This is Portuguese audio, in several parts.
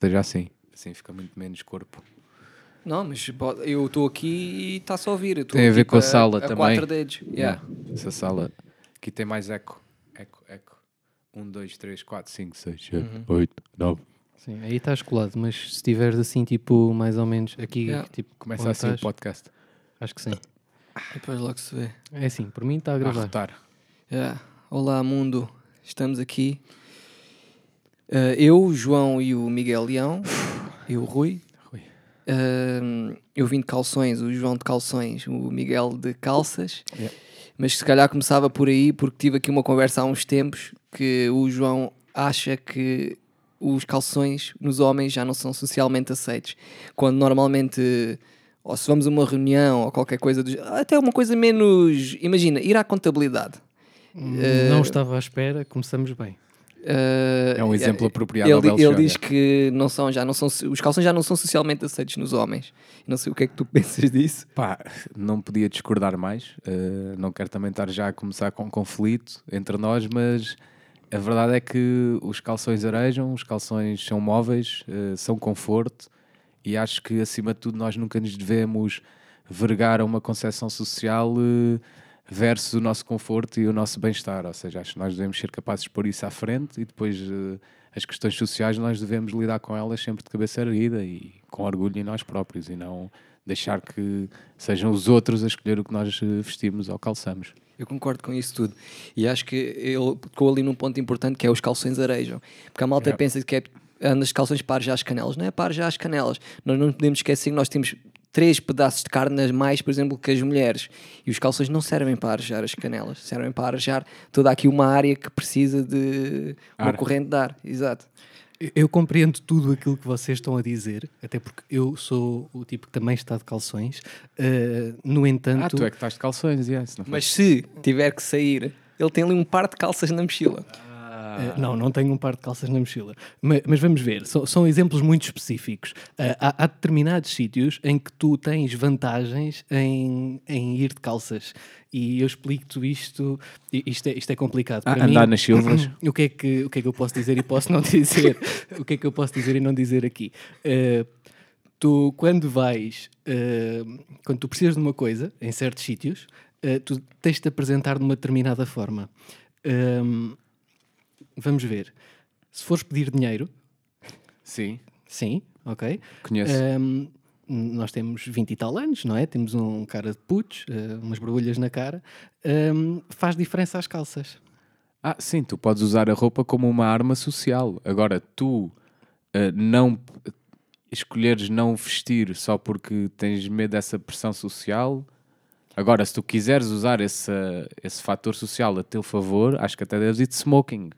Esteja assim. Assim fica muito menos corpo. Não, mas pode- eu estou aqui e está-se a ouvir. Eu estou Tem a aqui ver com a para- sala a também. quatro dedos. Yeah. Essa sala. Aqui tem mais eco. Eco, eco. 1, 2, 3, 4, 5, 6, 7, 8, 9. Sim, aí estás colado, mas se estiveres assim, tipo, mais ou menos aqui, Yeah. tipo, Começa onde assim estás, o podcast. Acho que sim. E depois logo se vê. É assim, por mim está a A gravar. rotar. Yeah. Olá, mundo. Estamos aqui. Eh, eu, o João e o Miguel Leão. e o Rui. Rui. Eh, eu vim de calções, o João de calções, o Miguel de calças. Oh, Yeah. Mas se calhar começava por aí, porque tive aqui uma conversa há uns tempos que o João acha que os calções nos homens já não são socialmente aceitos. Quando normalmente, ou se vamos a uma reunião ou qualquer coisa, do gê- até uma coisa menos. Imagina, ir à contabilidade. Não estava à espera, começamos bem. Eh, É um exemplo apropriado ele, ao di- Belchior, ele diz é. que não são, já não são, os calções já não são socialmente aceitos nos homens. Não sei o que é que tu pensas disso. Pá, não podia discordar mais. eh, não quero também estar já a começar com um conflito entre nós, mas a verdade é que os calções arejam, os calções são móveis, eh, são conforto e acho que, acima de tudo, nós nunca nos devemos vergar a uma concepção social eh, versus o nosso conforto e o nosso bem-estar. Ou seja, acho que nós devemos ser capazes de pôr isso à frente e depois eh, as questões sociais nós devemos lidar com elas sempre de cabeça erguida e com orgulho em nós próprios e não deixar que sejam os outros a escolher o que nós eh, vestimos ou calçamos. Eu concordo com isso tudo. E acho que ele tocou ali num ponto importante que é os calções arejam. Porque a malta pensa que é, anda de calções pares já às canelas. Não é pares já às canelas. Nós não podemos esquecer que nós temos três pedaços de carne a mais, por exemplo, que as mulheres. E os calções não servem para arejar as canelas. Servem para arejar toda aqui uma área que precisa de uma Ar. corrente de ar. Exato. Eu- Eu compreendo tudo aquilo que vocês estão a dizer, até porque eu sou o tipo que também está de calções. Ah, no entanto, Ah, tu é que estás de calções, yeah, isso não foi- Mas se tiver que sair, ele tem ali um par de calças na mochila. Ah, Não, não tenho um par de calças na mochila. Ma- Mas, vamos ver, são, são exemplos muito específicos. Ah, há, há determinados sítios em que tu tens vantagens em, em ir de calças. E eu explico-te isto, i- isto é, isto é complicado. Ah, Para andar nas silvas. o que, é que, o que é que eu posso dizer e posso não dizer? o que é que eu posso dizer e não dizer aqui? Eh, tu, quando vais, eh, quando tu precisas de uma coisa, em certos sítios, eh, tu tens de te apresentar de uma determinada forma. Ehm, vamos ver. Se fores pedir dinheiro, Sim, sim, Eh, ok. conheço. Ahm, nós temos 20 e tal anos, não é? Temos um cara de putos, eh, umas borbulhas na cara. Ahm, faz diferença às calças. Ah, sim, tu podes usar a roupa como uma arma social. Agora, tu ah, não escolheres não vestir só porque tens medo dessa pressão social. Agora, se tu quiseres usar esse, esse fator social a teu favor, acho que até deves ir de smoking.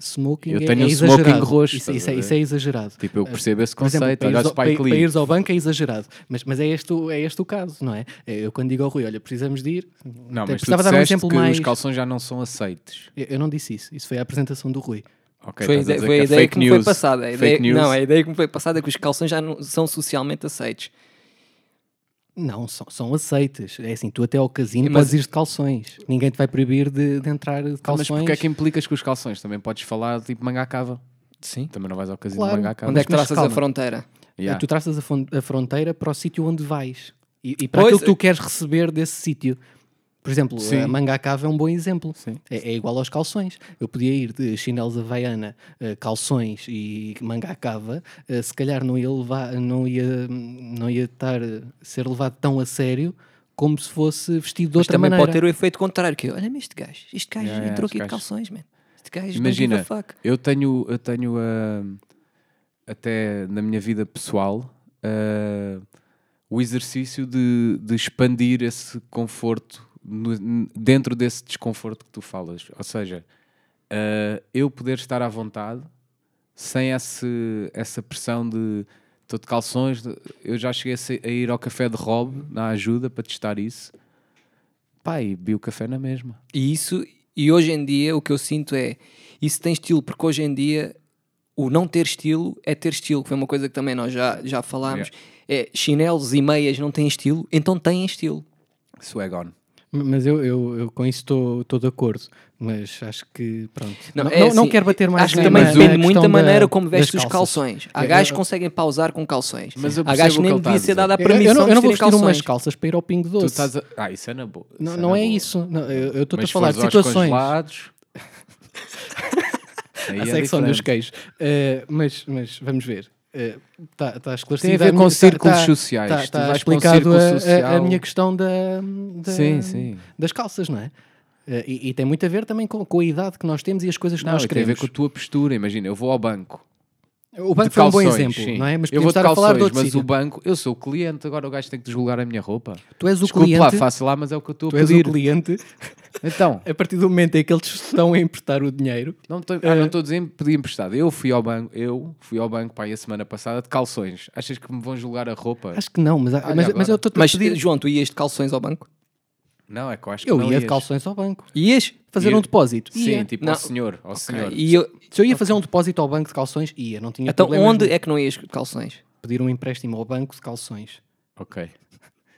Smoking Eu é- tenho é um smoking exagerado. roxo, Isso, estás isso é, a ver? isso é exagerado. Tipo, eu percebo esse Por exemplo, conceito. para Olha o ires ao- Spike para- Lee. Para ires ao banco é exagerado. Mas, mas é, este, o- é este o caso, não é? Eu quando digo ao Rui, olha, precisamos de ir. Não, Até mas tu precisava dar um disseste exemplo que mais. os calções já não são aceitos. Eu, eu não disse isso. Isso foi a apresentação do Rui. Ok, foi, a estás a dizer ideia, foi a é ideia fake que me foi news. passada. A Fake ideia, news. Não, a ideia que me foi passada é que os calções já não são socialmente aceitos. Não, são, são aceites. É assim, tu até ao casino Mas- podes ir de calções. Ninguém te vai proibir de, de entrar de Então, Mas calções. porque é que implicas com os calções? Também podes falar tipo manga à cava. Sim. Também não vais ao casino Claro. de manga à cava. Onde é que Mas traças a calma. fronteira? Yeah. Tu traças a, fron- a fronteira para o sítio onde vais. E, e para Pois, aquilo que tu queres receber desse sítio. Por exemplo, Sim. a manga à cava é um bom exemplo. Sim. É, é igual aos calções. Eu podia ir de chinelos havaiana, eh, calções e manga à cava. eh, Se calhar não ia, levar, não ia, não ia estar, eh, ser levado tão a sério como se fosse vestido de Mas outra também maneira. pode ter o efeito contrário. Que, é, olha-me este gajo. Este gajo Yeah, yeah, entrou este aqui de gajo. calções, man. Este gajo don't Imagina, give a fuck. eu tenho, eu tenho ah, até na minha vida pessoal ah, o exercício de, de expandir esse conforto no- n- dentro desse desconforto que tu falas. Ou seja, ah, eu poder estar à vontade sem esse, essa pressão de estou de calções. de- Eu já cheguei a, se- a ir ao café de Rob na ajuda para testar isso. Pá, e bi o café na mesma. E isso, e hoje em dia o que eu sinto é isso tem estilo, porque hoje em dia o não ter estilo é ter estilo, que foi uma coisa que também nós já, já falámos. É chinelos e meias não têm estilo, então têm estilo. Swag on. Mas eu, eu, eu com isso estou estou de acordo, mas acho que pronto. Não, não, é não assim, quero bater mais Acho que na- também na- na depende questão muito da É, maneira como das vestes os calças. calções. Há Eu- gajos eu- que conseguem pausar com calções. Mas eu Há percebo gajos o que que nem ele tá a devia ser dizer. dada a Eu- eu não- permissão eu, não de vou vestir vestir umas calções. calças para ir ao Pingo Tu Doce. estás a... Ah, isso é na boa. Não, na não é boa. isso. Não, eu eu estou a Mas se falar de fores aos situações. congelados, aí A é secção dos diferente. queijos. Eh, mas, mas vamos ver. Eh, tá, Está esclarecido. Tem a ver tá, com círculos sociais. Está Tu vais para um tá, explicado círculo a- a- a, social. minha questão da, da- Sim, sim. das calças, não é? Eh, e, e tem muito a ver também com, com a idade que nós temos e as coisas que Não, nós e tem a ver queremos. com a tua postura. Imagina, eu vou ao banco. O banco de foi um bom calções, exemplo, sim. não é? Mas eu podemos vou estar de a falar de calções, outro mas sítio. o banco, eu sou o cliente, agora o gajo tem que deslogar a minha roupa. Tu és o Desculpe cliente, lá, faça lá, mas é o que eu estou a tu és o pedir. cliente, Então, a partir do momento em que eles estão a emprestar o dinheiro, não estou É. ah, não estou a dizer pedir emprestado. Eu fui ao banco, eu fui ao banco para aí a semana passada de calções. Achas que me vão julgar a roupa? acho que não, mas, mas, mas agora. eu estou a Mas, pedir. João, tu ias de calções ao banco? Não, é que eu acho que Eu não ia de ias. calções ao banco Ias? fazer Ia. um depósito. Sim, Ia. tipo, Não. ao senhor, ao senhor. E eu- Se eu ia fazer um depósito ao banco de calções, ia, não tinha Então, problema onde nenhum. é que não ias de calções? pedir um empréstimo ao banco de calções. Ok.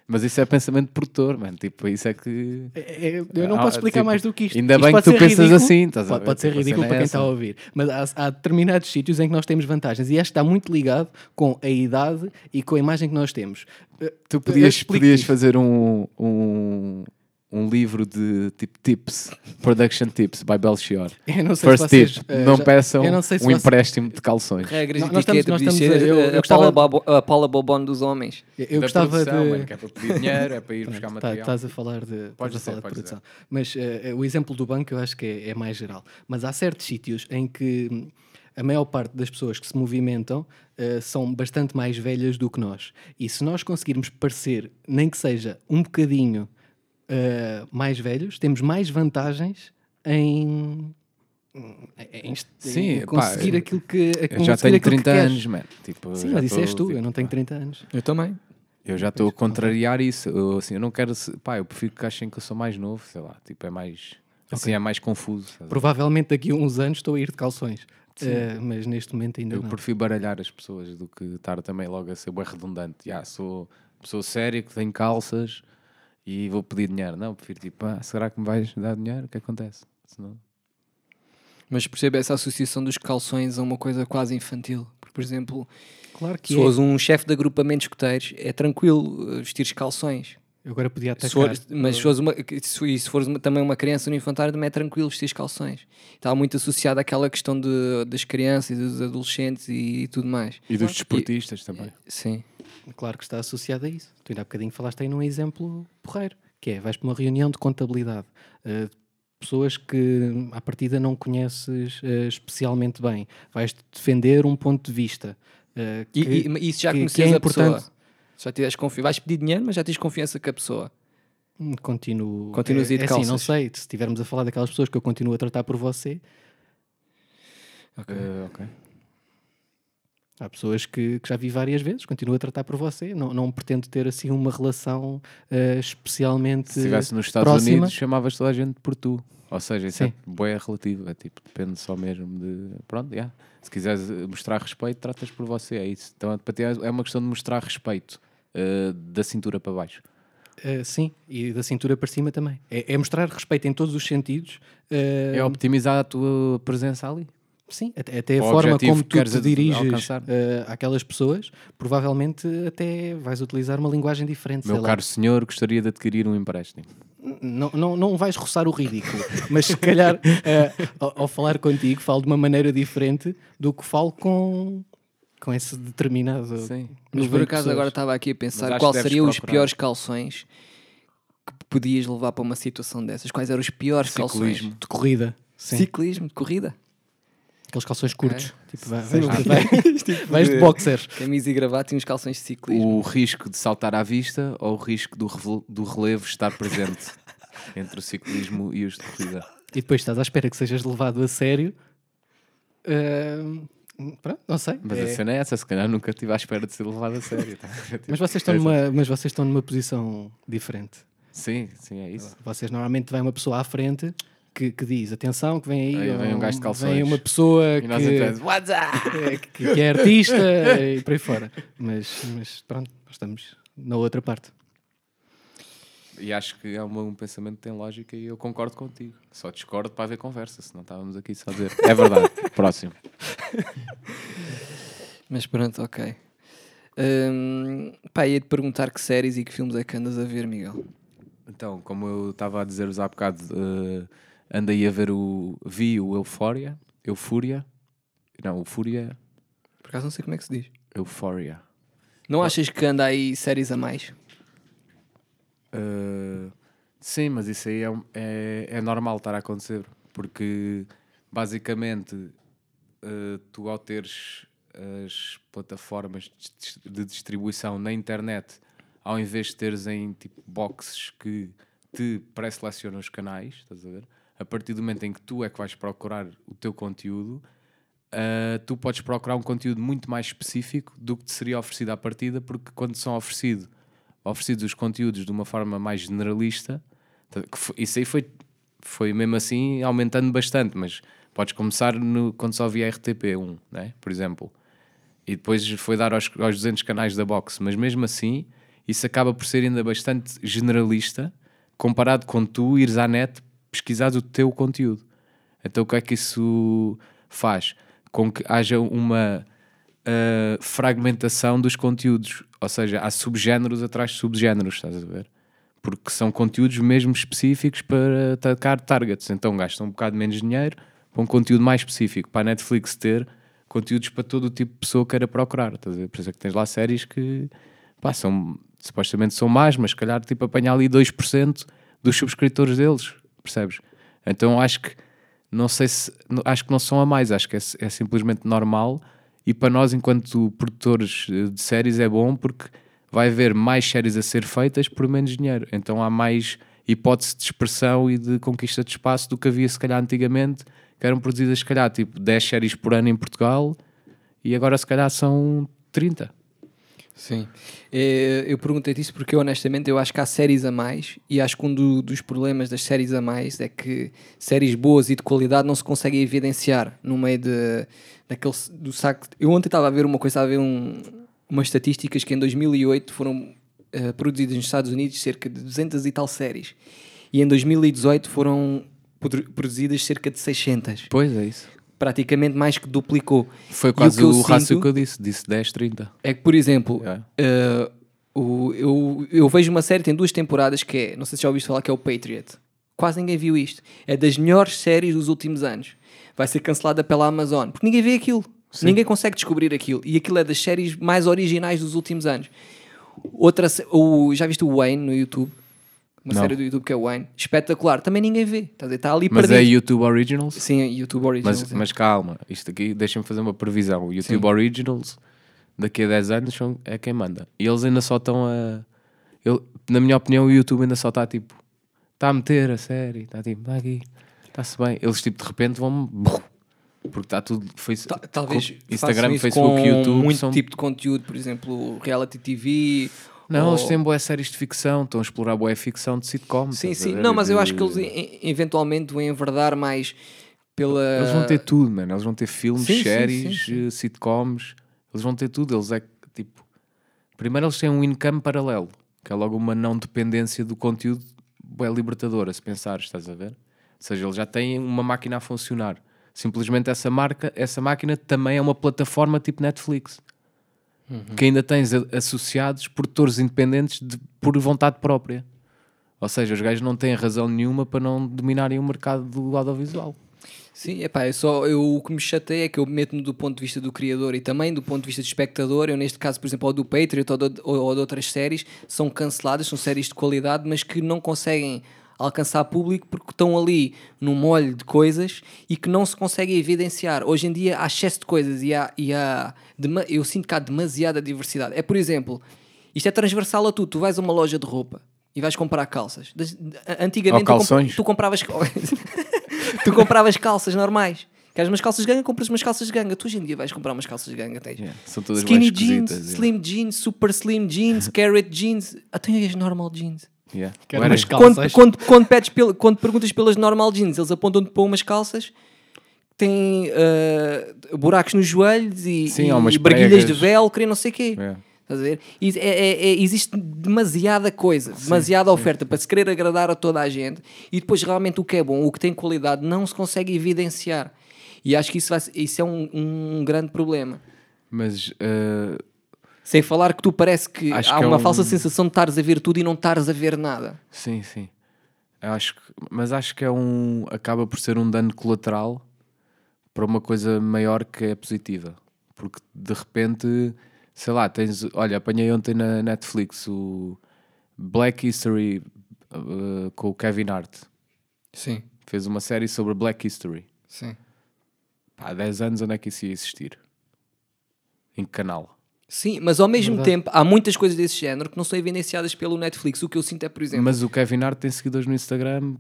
Mas isso é pensamento produtor, mano. Tipo, isso é que. É- é- Eu não Ah, posso explicar tipo, mais do que isto. ainda Isto bem pode que tu ser pensas ridículo, assim, estás a Pode, ver? pode ser Tipo, a ridículo cena para é quem essa. está a ouvir, mas há, há determinados sítios em que nós temos vantagens e este está muito ligado com a idade e com a imagem que nós temos. Eh, Tu podias, explico podias isto. fazer um, um, um livro de tipo tips, production tips, by Belchior. Eu não sei First se vocês, tip, eh, não já- peçam eu não sei se um vocês- empréstimo de calções. Regras Nós- de nós estamos- etiqueta nós podias ser estamos eh, a- eu- a- eu a gostava- Paula Babo- a Paula Bobon dos homens. Eu Da gostava produção, de. mano, que é para pedir dinheiro, é para ir buscar Pronto, tá- material. Estás a falar de, Pode estás a ser, falar de pode produção. Mas eh, o exemplo do banco eu acho que é, é mais geral. Mas há certos sítios em que hum, a maior parte das pessoas que se movimentam eh, são bastante mais velhas do que nós. E se nós conseguirmos parecer, nem que seja um bocadinho eh, mais velhos, temos mais vantagens em. em- em- Sim, em pá, conseguir eu- aquilo que. a- Eu já conseguir aquilo tenho que 30 queres. anos, mano. Tipo, Sim, já mas isso tô, és tu, eu tipo, não tenho 30 anos. Eu também. Eu já estou a contrariar isso. Eu, assim, eu não quero. se- Pá, eu prefiro que achem que eu sou mais novo, sei lá. Tipo, é mais. Assim é mais confuso. estás a ver? Provavelmente daqui a uns anos estou a ir de calções. Eh, mas neste momento ainda Eu não. prefiro baralhar as pessoas do que estar também logo a ser bem redundante. Já sou pessoa séria que tem calças e vou pedir dinheiro. Não, prefiro tipo, ah, será que me vais dar dinheiro? O que acontece? Senão... Mas percebo essa associação dos calções a uma coisa quase infantil. Porque, por exemplo, Claro que é. se fores um chefe de agrupamento de escuteiros, é tranquilo eh, vestir calções. é. Eu agora podia Se atacar. fores- mas se fores, uma, que- se, e se fores uma- também uma criança no infantário, também é tranquilo vestir calções. Está muito associado àquela questão de- das crianças e dos adolescentes e, tudo mais. E dos desportistas também. Sim. Claro que está associado a isso. Tu ainda há bocadinho falaste aí num exemplo porreiro, que é, vais para uma reunião de contabilidade. eh, de pessoas que à partida não conheces eh, especialmente bem. Vais defender um ponto de vista. eh, E, que- e- e se já que- que conheces é a pessoa? importante. Se Já tiveres confiança. Vais pedir dinheiro, mas já tens confiança com a pessoa. Hum, Continuo. Continuas a ir é, de é assim, não calças. sei, se estivermos a falar daquelas pessoas que eu continuo a tratar por você, Eh, ok. Há pessoas que, que já vi várias vezes, continuo a tratar por você, não, não pretendo ter assim uma relação eh, especialmente. Se estivesse nos Estados próxima. Unidos, chamavas toda a gente por tu. Ou seja, isso Sim. é boé relativo. É tipo, depende só mesmo de. Pronto, já. Se quiseres eh, mostrar respeito, tratas por você. É isso. Então, para ti é uma questão de mostrar respeito eh, da cintura para baixo. Eh, sim, e da cintura para cima também. É, é mostrar respeito em todos os sentidos. eh, É optimizar a tua presença ali. Sim, até, até a Qual forma objetivo como que tu queres te ad- diriges alcançar? eh, àquelas pessoas, provavelmente até vais utilizar uma linguagem diferente. sei Meu lá. caro senhor, gostaria de adquirir um empréstimo. Não, não, não vais roçar o ridículo, mas se calhar eh, ao, ao falar contigo falo de uma maneira diferente do que falo com, com esse determinado. Sim. Mas grupo por de acaso pessoas. agora estava aqui a Mas pensar acho qual que deves seriam os procurar. piores calções que podias levar para uma situação dessas. Quais eram os piores calções? Ciclismo. de corrida. Sim. Ciclismo, de corrida. Aqueles calções curtos. Tipo, vai- Sim, mas- vais, vais- vais tipo de boxers. Camisa e gravata e uns calções de ciclismo. O risco de saltar à vista ou o risco do, revel- do relevo estar presente entre o ciclismo e os de corrida? E depois estás à espera que sejas levado a sério. Ahm, pronto, não sei. Mas É- a cena é essa, se calhar nunca estive à espera de ser levado a sério. tá? mas, vocês estão Pois é. numa, mas vocês estão numa posição diferente. Sim, sim, é isso. Vocês normalmente vai uma pessoa à frente que, que diz: atenção, que vem aí. Aí vem um gajo de calções." Vem uma pessoa E nós É que, entramos, "What's up?" é, que- que é artista e por aí fora. Mas, mas pronto, nós estamos na outra parte. E acho que é uma- um pensamento que tem lógica e eu concordo contigo. Só discordo para haver conversa, senão estávamos aqui só a dizer. É verdade. Próximo. Uh. Mas pronto, ok. Hum, pá, ia-te perguntar que séries e que filmes é que andas a ver, Miguel. Então, como eu estava a dizer-vos há bocado, eh, andei a ver o. Vi o Eufória. Eufúria. Não, Eufúria. Por acaso não sei como é que se diz. Eufória. Não achas que anda aí séries a mais? Uh, sim, mas isso aí é, um- é, é normal estar a acontecer, porque basicamente uh, tu ao teres as plataformas de dis- de distribuição na internet, ao invés de teres em tipo boxes que te pré-selecionam os canais, estás a ver? A partir do momento em que tu é que vais procurar o teu conteúdo, Uh, tu podes procurar um conteúdo muito mais específico do que te seria oferecido à partida, porque quando são oferecido, oferecidos os conteúdos de uma forma mais generalista, t- que fo- isso aí foi, foi mesmo assim aumentando bastante, mas podes começar no, quando só havia RTP1, né? por exemplo, e depois foi dar aos, aos 200 canais da box, mas mesmo assim isso acaba por ser ainda bastante generalista comparado com tu ires à net pesquisares o teu conteúdo. Então o que é que isso faz? Com que haja uma ah, fragmentação dos conteúdos, ou seja, há subgéneros atrás de subgéneros, estás a ver? Porque são conteúdos mesmo específicos para atacar targets, então gastam um bocado menos dinheiro para um conteúdo mais específico, para a Netflix ter conteúdos para todo o tipo de pessoa que queira procurar, estás a ver? Por isso é que tens lá séries que pá, são, supostamente são más, mas se calhar tipo, apanhar ali 2% dos subscritores deles, percebes? Então acho que não sei se não- acho que não são a mais, acho que é, s- é simplesmente normal e para nós, enquanto produtores eh, de séries, é bom porque vai haver mais séries a ser feitas por menos dinheiro. Então há mais hipótese de expressão e de conquista de espaço do que havia se calhar antigamente, que eram produzidas se calhar tipo 10 séries por ano em Portugal e agora se calhar são 30. Sim. Eh, Eu perguntei-te isso porque, eu, honestamente, eu acho que há séries a mais e acho que um do- dos problemas das séries a mais é que séries boas e de qualidade não se conseguem evidenciar no meio de, daquele, s- do saco. Eu ontem estava a ver uma coisa, estava a ver um, umas estatísticas que em 2008 foram eh, produzidas nos Estados Unidos cerca de 200 e tal séries e em 2018 foram produ- produzidas cerca de 600. Pois é isso. Praticamente mais que duplicou. E Foi o quase que eu o rácio sinto- que eu disse, disse 10, 30. é que, por exemplo, É. eh, o- eu, eu vejo uma série que tem duas temporadas que é, não sei se já ouviste falar, que é o Patriot. Quase ninguém viu isto. É das melhores séries dos últimos anos. Vai ser cancelada pela Amazon, porque ninguém vê aquilo. Ninguém consegue descobrir aquilo. E aquilo é das séries mais originais dos últimos anos. Outra, se- o, já viste o Wayne no YouTube? Uma Não. série do YouTube que é o Wayne. Espetacular. Também ninguém vê. Tá Está ali Mas perdido. é YouTube Originals? Sim, é YouTube Original. Mas, mas calma, isto aqui, deixa-me fazer uma previsão. O YouTube Originals, daqui a 10 anos, são- é quem manda. E eles ainda só estão a. ele- na minha opinião, o YouTube ainda só está tipo. Está a meter a série, está tipo, está aqui, está-se bem. Eles tipo, de repente vão. Porque está tudo. Foi, Ta- talvez façam Instagram, isso Facebook, com YouTube. muito são- tipo de conteúdo, por exemplo, reality TV. Não, ou- eles têm boas séries de ficção, estão a explorar boa ficção de sitcom. Sim, estás a sim. ver? Não, mas eu De- acho que eles e- eventualmente vão enverdar mais pela. Eles vão ter tudo, mano. Eles vão ter filmes, Sim, sim, séries, sim, eh, sitcoms. Eles vão ter tudo. Eles é que, tipo. Primeiro, eles têm um income paralelo, que é logo uma não dependência do conteúdo. É libertadora, se pensares, estás a ver? Ou seja, eles já têm uma máquina a funcionar. Simplesmente essa marca, essa máquina também é uma plataforma tipo Netflix. Uhum. Que ainda tens a- associados produtores independentes de- por vontade própria. Ou seja, os gajos não têm razão nenhuma para não dominarem o mercado do audiovisual. Sim, epá, eu só, eu, o que me chateia é que eu meto-me do ponto de vista do criador e também do ponto de vista do espectador. Eu, neste caso, por exemplo, ou do Patriot ou, do- ou- ou de outras séries, são canceladas, são séries de qualidade, mas que não conseguem alcançar público porque estão ali num molho de coisas e que não se conseguem evidenciar. Hoje em dia há excesso de coisas e há, e há dema- eu sinto que há demasiada diversidade. É, por exemplo, isto é transversal a tudo. Tu vais a uma loja de roupa e vais comprar calças. Das- Antigamente Ou tu comp- calções. tu compravas tu compravas calças normais. Queres umas calças de ganga? Compras umas calças de ganga. Tu hoje em dia vais comprar umas calças de ganga. Tens Yeah, são todas skinny mais jeans, esquisitas, yeah. slim jeans, super slim jeans, carrot jeans. Até as normal jeans. Yeah. Quero Ou era- umas cal- Quando, Calças? quando, quando, pedes pela- quando perguntas pelas normal jeans, eles apontam-te para umas calças que têm ah, buracos nos joelhos e, Sim, e, há umas barguilhas pregas. de velcro e não sei o quê. É. Estás a ver? E é- é- é- existe demasiada coisa, demasiada oferta para se querer agradar a toda a gente e depois realmente o que é bom, o que tem qualidade, não se consegue evidenciar. E acho que isso, vai- isso é um, um grande problema. Mas eh, Sem falar que tu parece que Acho há que é uma um- falsa sensação de estares a ver tudo e não estares a ver nada. sim, sim. Eu acho que- mas acho que é um. acaba por ser um dano colateral para uma coisa maior que é positiva. Porque de repente, sei lá, tens. Olha, apanhei ontem na Netflix o Black History eh, com o Kevin Hart. Sim, Fez uma série sobre Black History. sim. Pá, há 10 anos onde é que isso ia existir? Em que canal? Sim, mas ao mesmo Verdade. tempo há muitas coisas desse género que não são evidenciadas pelo Netflix. O que eu sinto é, por exemplo, Mas o Kevin Hart tem seguidores no Instagram.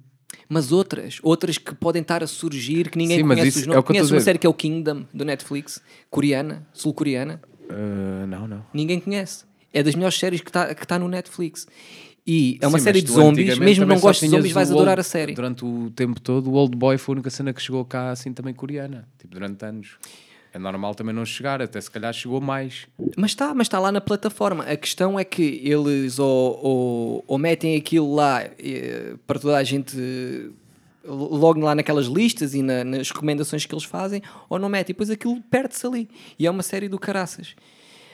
mas outras, outras que podem estar a surgir, que ninguém Sim, mas conhece. isso os nomes. é o que eu tô a Conheces uma dizer. série que é o Kingdom do Netflix, coreana, sul-coreana, Ah, não, não. ninguém conhece. É das melhores séries que está que tá no Netflix. E é uma Sim, série mas de tu zombies, antigamente mesmo que também não só gostes de tinhas zombies, o vais Old- adorar a série. Durante o tempo todo, o Old Boy foi a única cena que chegou cá assim também coreana. Tipo, durante anos. É normal também não chegar, até se calhar chegou mais. Mas está, mas está lá na plataforma. A questão é que eles ou, ou- ou metem aquilo lá eh, para toda a gente eh, logo lá naquelas listas e na- nas recomendações que eles fazem, ou não metem. E depois aquilo perde-se ali. E é uma série do caraças.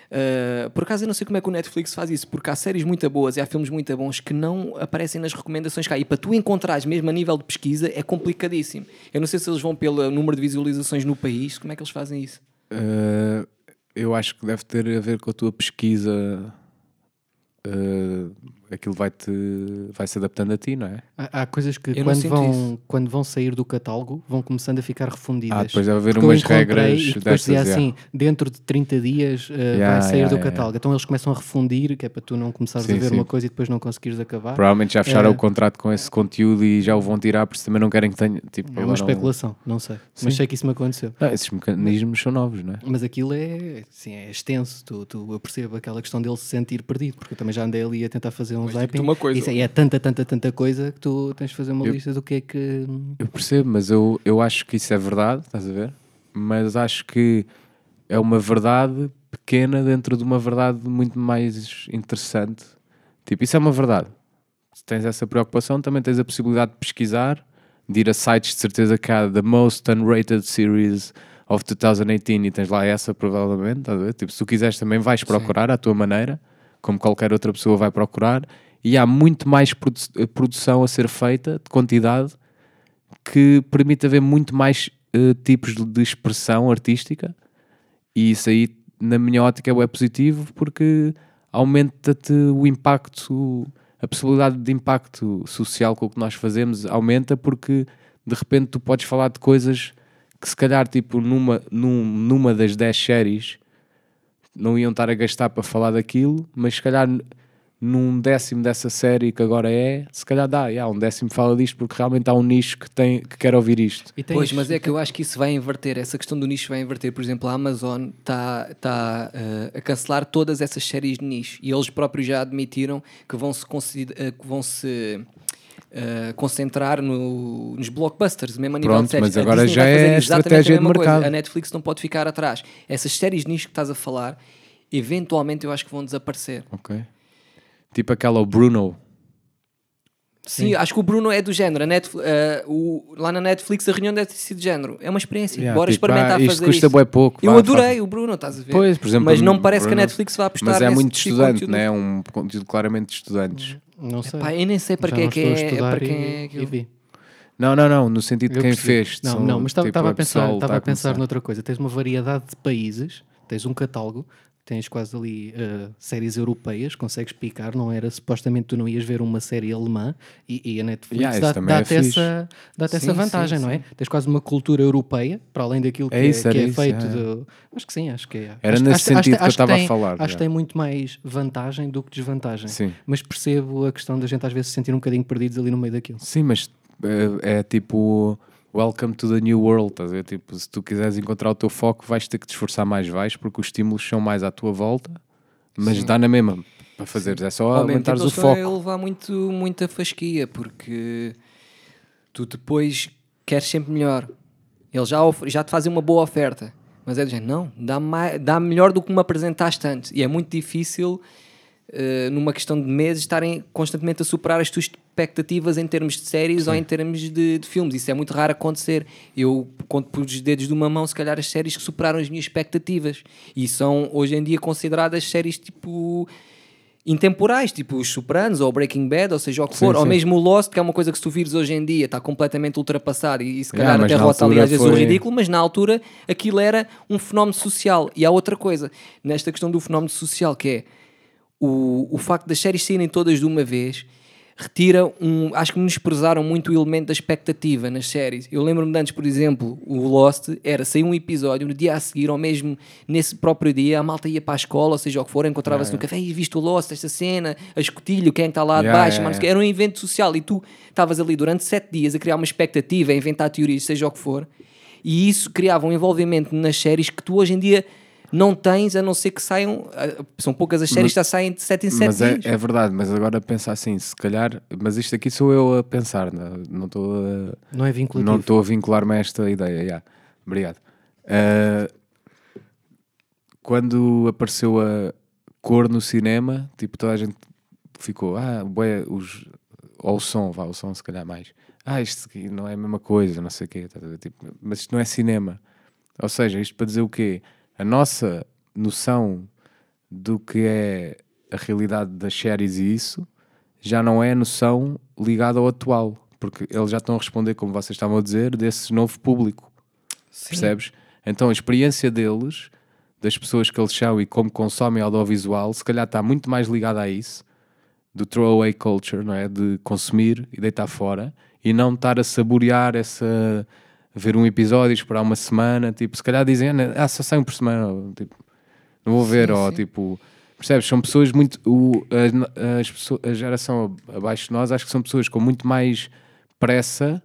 Eh, por acaso eu não sei como é que o Netflix faz isso, porque há séries muito boas e há filmes muito bons que não aparecem nas recomendações cá. E para tu encontrares mesmo a nível de pesquisa é complicadíssimo. Eu não sei se eles vão pelo número de visualizações no país, como é que eles fazem isso? Ah, eu acho que deve ter a ver com a tua pesquisa. Ah, aquilo vai-te. vai se adaptando a ti, não é? Há, há coisas que Eu não quando sinto vão, quando vão sair do catálogo vão começando a ficar refundidas. Ah, depois deve haver Porque eu umas encontrei regras e depois dizia destas, assim, dentro de 30 dias uh, Yeah, vai sair yeah, do yeah, catálogo. Então eles começam a refundir, que é para tu não começares Sim, a ver sim. uma coisa e depois não conseguires acabar. Provavelmente já fecharam É. o contrato com esse conteúdo e já o vão tirar, porque também não querem que tenha. Tipo, É agora uma um- especulação, não sei. Mas sei que isso me aconteceu. Não, esses mecanismos são novos, não é? Mas aquilo é, sim, é extenso. Tu, tu, eu percebo aquela questão dele se sentir perdido, porque eu também já andei ali a tentar fazer um zapping. tipo, uma coisa. Isso aí é tanta, tanta, tanta coisa que tu tens de fazer uma lista do que é que. Eu percebo, mas eu, eu acho que isso é verdade, estás a ver? Mas acho que é uma verdade pequena dentro de uma verdade muito mais interessante. Tipo, isso é uma verdade. Se tens essa preocupação, também tens a possibilidade de pesquisar, de ir a sites de certeza que há The Most Unrated Series of 2018 e tens lá essa, provavelmente. Estás a ver? Tipo, se tu quiseres também vais procurar à tua maneira, como qualquer outra pessoa vai procurar. E há muito mais produ- produção a ser feita, de quantidade, que permite haver muito mais eh, tipos de- de expressão artística e isso aí na minha ótica é positivo porque aumenta-te o impacto a possibilidade de impacto social com o que nós fazemos aumenta porque de repente tu podes falar de coisas que se calhar tipo numa, num- numa das 10 séries não iam estar a gastar para falar daquilo mas se calhar n- num décimo dessa série que agora é, se calhar dá, yeah, um décimo fala disto porque realmente há um nicho que, tem, que quer ouvir isto. E Pois, mas é que eu acho que isso vai inverter. Essa questão do nicho vai inverter. Por exemplo, a Amazon está tá, eh, a cancelar todas essas séries de nicho e eles próprios já admitiram que vão se, consid- eh, que vão -se eh, concentrar no- nos blockbusters, mesmo a nível Pronto, de séries. mas A agora Disney já vai fazer é exatamente estratégia a mesma de coisa. mercado. A Netflix não pode ficar atrás. Essas séries de nicho que estás a falar, eventualmente eu acho que vão desaparecer. Ok. Tipo aquela o Bruno. Sim, acho que o Bruno é do género. A Netf- eh, o- lá na Netflix a reunião deve ter sido do género. É uma experiência. Yeah, Bora tipo, experimentar ah, isto fazer custa isso. bué pouco, Eu vá, adorei o Bruno, estás a ver? Pois, por exemplo, mas não Bruno- me parece que a Bruno- Netflix vai apostar Mas é nesse muito tipo de estudante, conteúdo. não é? Um conteúdo claramente de estudantes. Não sei. Pá, eu nem sei para Já quem é não que estou a é, estudar para quem e- é e aquilo. vi. Não, não, não, no sentido de Eu quem percebi. fez. Não, são, não, mas estava tipo, estava a pessoal pensar, está estava a pensar começar. noutra coisa. Tens uma variedade de países, tens um catálogo, tens quase ali eh, séries europeias, consegues picar, não era supostamente tu não ias ver uma série alemã e, e a Netflix Yeah, isso dá- também é dá-te fixe. essa, dá Sim, essa sim, vantagem, não é? Tens quase uma cultura europeia, para além daquilo que É é, isso, era que é isso, feito é. do- Acho que sim, acho que é. Era nesse acho, acho- acho- sentido que eu acho estava a tem- falar, Acho já. que tem muito mais vantagem do que desvantagem. Sim. Mas percebo a questão da gente às vezes se sentir um bocadinho perdidos ali no meio daquilo. Sim, mas eh, é, tipo Welcome to the New World. Estás a ver? Tipo, se tu quiseres encontrar o teu foco, vais ter que te esforçar mais, vais, porque os estímulos são mais à tua volta, mas dá na mesma para fazeres. É só Ao mesmo tempo, aumentares o eles estão a foco. elevar muito, muita fasquia, porque tu depois queres sempre melhor. Eles já, of- já te fazem uma boa oferta. Mas é do género, não, dá, mais, dá melhor do que me apresentaste antes. E é muito difícil, eh, numa questão de meses, estarem constantemente a superar as tuas expectativas em termos de séries ou em termos de, de filmes. Isso é muito raro acontecer. Eu conto por os dedos de uma mão, se calhar, as séries que superaram as minhas expectativas. E são, hoje em dia, consideradas séries tipo intemporais, tipo os Sopranos ou Breaking Bad, ou seja, o que for, ou sim. mesmo o Lost, que é uma coisa que se tu vires hoje em dia está completamente ultrapassado e, e se Ah, calhar mas até na rota ali altura às vezes o foi- ridículo, mas na altura aquilo era um fenómeno social. E há outra coisa, nesta questão do fenómeno social, que é o, o facto das séries saírem todas de uma vez retira um. Acho que menosprezaram muito o elemento da expectativa nas séries. Eu lembro-me de antes, por exemplo, o Lost era sair um episódio, no dia a seguir, ou mesmo nesse próprio dia, a malta ia para a escola, ou seja o que for, encontrava-se no café e viste o Lost, esta cena, a escotilho, quem é está lá de Yeah, baixo, yeah, mas yeah. que era um evento social e tu estavas ali durante sete dias a criar uma expectativa, a inventar teorias, seja o que for, e isso criava um envolvimento nas séries que tu hoje em dia não tens, a não ser que saiam, ah, são poucas as séries que já saem de sete em sete Mas é, dias. é verdade, mas agora pensa assim, se calhar, mas isto aqui sou eu a pensar, não não estou a, Não é vinculativo. Não estou a vincular-me a esta ideia. yeah. Obrigado. Ah, quando apareceu a cor no cinema, tipo, toda a gente ficou, ah, bué, os, ou o som, vá, o som se calhar mais. Ah, isto aqui não é a mesma coisa, não sei o quê. tá, tá, tá, tipo, mas isto não é cinema. Ou seja, isto para dizer o quê? A nossa noção do que é a realidade das séries e isso já não é a noção ligada ao atual, porque eles já estão a responder, como vocês estavam a dizer, desse novo público. Percebes? Então a experiência deles, das pessoas que eles são e como consomem audiovisual, se calhar está muito mais ligada a isso, do throwaway culture, não é? De consumir e deitar fora e não estar a saborear essa. ver um episódio, esperar uma semana, tipo, se calhar dizem, ah, só sai um por semana, ou, tipo, não vou ver, ou tipo. Percebes? São pessoas muito. O, a, as pessoas- a geração abaixo de nós acho que são pessoas com muito mais pressa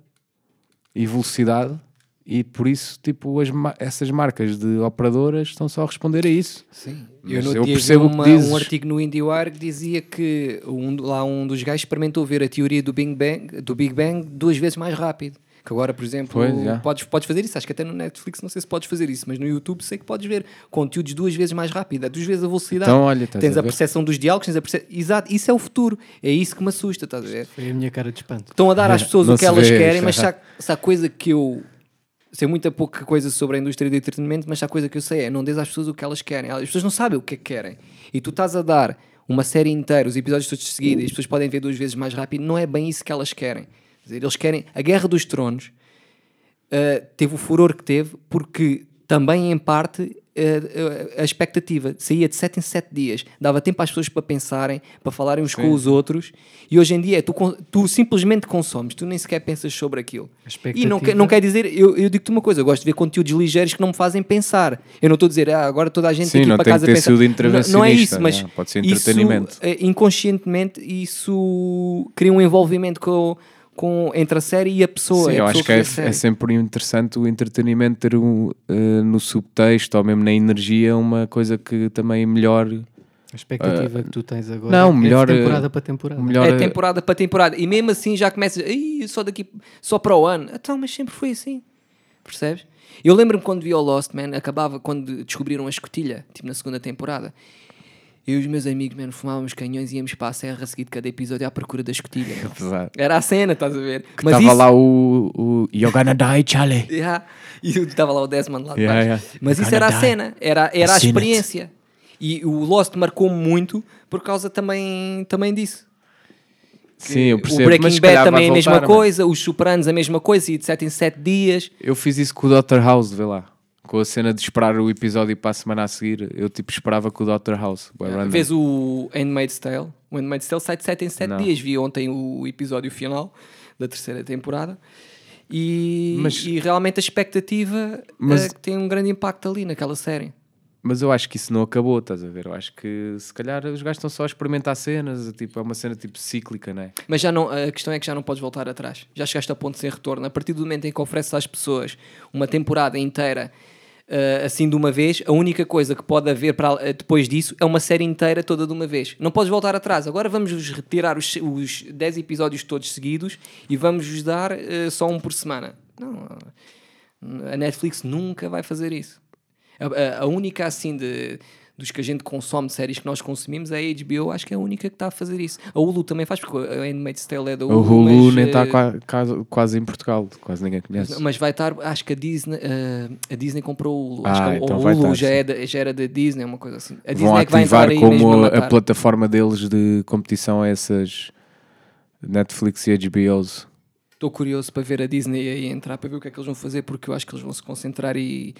e velocidade e por isso tipo as ma- essas marcas de operadoras estão só a responder a isso Sim, Mas eu, no eu dia vi percebo o que uma- dizes. um artigo no IndieWire que dizia que um, do- lá um dos gajos experimentou ver a teoria do Big Bang, do Big Bang duas vezes mais rápido. Que agora, por exemplo, Pois, já. podes, podes fazer isso. Acho que até no Netflix não sei se podes fazer isso, mas no YouTube sei que podes ver conteúdos duas vezes mais rápido, a duas vezes a velocidade. Então, olha, estás tens a a ver? percepção dos diálogos, tens a perce... Exato, isso é o futuro. É isso que me assusta, estás a ver? Foi a minha cara de espanto. Estão a dar às pessoas Não o que se elas vê, querem, isto é mas se há, errado. se há coisa que eu. Sei muita pouca coisa sobre a indústria do entretenimento, mas se há coisa que eu sei é não dês às pessoas o que elas querem. As pessoas não sabem o que é que querem. E tu estás a dar uma série inteira, os episódios todos de seguida, e as pessoas podem ver duas vezes mais rápido, não é bem isso que elas querem. Quer dizer, Eles querem. A Guerra dos Tronos uh, teve o furor que teve, porque também, em parte, uh, uh, a expectativa saía de 7 em 7 dias, dava tempo às pessoas para pensarem, para falarem uns com os outros, e hoje em dia é tu, con- tu simplesmente consomes, tu nem sequer pensas sobre aquilo. A E não, que- expectativa- não quer dizer, eu, eu digo-te uma coisa, eu gosto de ver conteúdos ligeiros que não me fazem pensar. Eu não estou a dizer, ah, agora toda a gente Sim, aqui não para tem casa que ter pensa. sido Não- Não é intervencionista, isso, mas não é? Pode ser isso, entretenimento. eh, inconscientemente isso cria um envolvimento com, com, entre a série e a pessoa. Sim, É a eu pessoa acho que vê é, a série. é sempre interessante o entretenimento ter um, eh, no subtexto ou mesmo na energia uma coisa que também é melhore A expectativa que tu tens agora Ah, não, é de melhor, eh, temporada para temporada. melhor É eh, temporada para temporada. E mesmo assim já começas. "Ih, Só daqui. Só para o ano. Então, mas sempre foi assim. Percebes? Eu lembro-me quando vi o Lost Man, acabava quando descobriram a escotilha, tipo na segunda temporada. Eu e os meus amigos, mano, fumávamos canhões e íamos para a serra a seguir de cada episódio à procura da escotilha. meu. apesar- Era a cena, estás a ver? Mas estava isso- lá o, o You're gonna die Charlie Yeah. E eu estava lá o Desmond lá de Yeah, baixo. yeah. Mas isso era a cena, era, era a experiência. E o Lost marcou muito por causa também, também disso. sim eu percebo o Breaking mas se Bad calhar também vai é a mesma voltar, né? mano. coisa, os Sopranos a mesma coisa, e de 7 em 7 dias. eu fiz isso com o Dr House vê lá com a cena de esperar o episódio para a semana a seguir eu tipo esperava com o Dr House bué random. Vês o Handmaid's Tale. O Handmaid's Tale sai de 7 em 7 Não. dias. Vi ontem o episódio final da terceira temporada. E, Mas- e realmente a expectativa Mas- eh, que tem um grande impacto ali naquela série. Mas eu acho que isso não acabou, estás a ver? Eu acho que se calhar os gajos estão só a experimentar cenas, tipo, é uma cena tipo cíclica, não é? Mas já não, a questão é que já não podes voltar atrás. Já chegaste a ponto sem retorno. A partir do momento em que ofereces às pessoas uma temporada inteira ah, assim de uma vez, a única coisa que pode haver para, ah, depois disso é uma série inteira toda de uma vez. Não podes voltar atrás. Agora vamos-vos retirar os, os 10 episódios todos seguidos e vamos-vos dar eh, ah, só um por semana. Não, a Netflix nunca vai fazer isso. A, a- a única assim de, dos que a gente consome, de séries que nós consumimos, é a HBO, acho que é a única que está a fazer isso. A Hulu também faz, porque a Handmaid's Tale é da O Hulu. Hulu mas, nem tá eh, está quase, quase em Portugal, quase ninguém conhece. mas vai estar, acho que a Disney, eh, a Disney comprou o Hulu. acho Ah, que o então vai Hulu estar, já, sim. é da, já era da Disney, uma coisa assim. A Disney Vão é que vai ativar entrar aí mesmo a como a, matar. plataforma deles de competição a essas Netflix e HBOs. Estou curioso para ver a Disney aí entrar, para ver o que é que eles vão fazer, porque eu acho que eles vão se concentrar e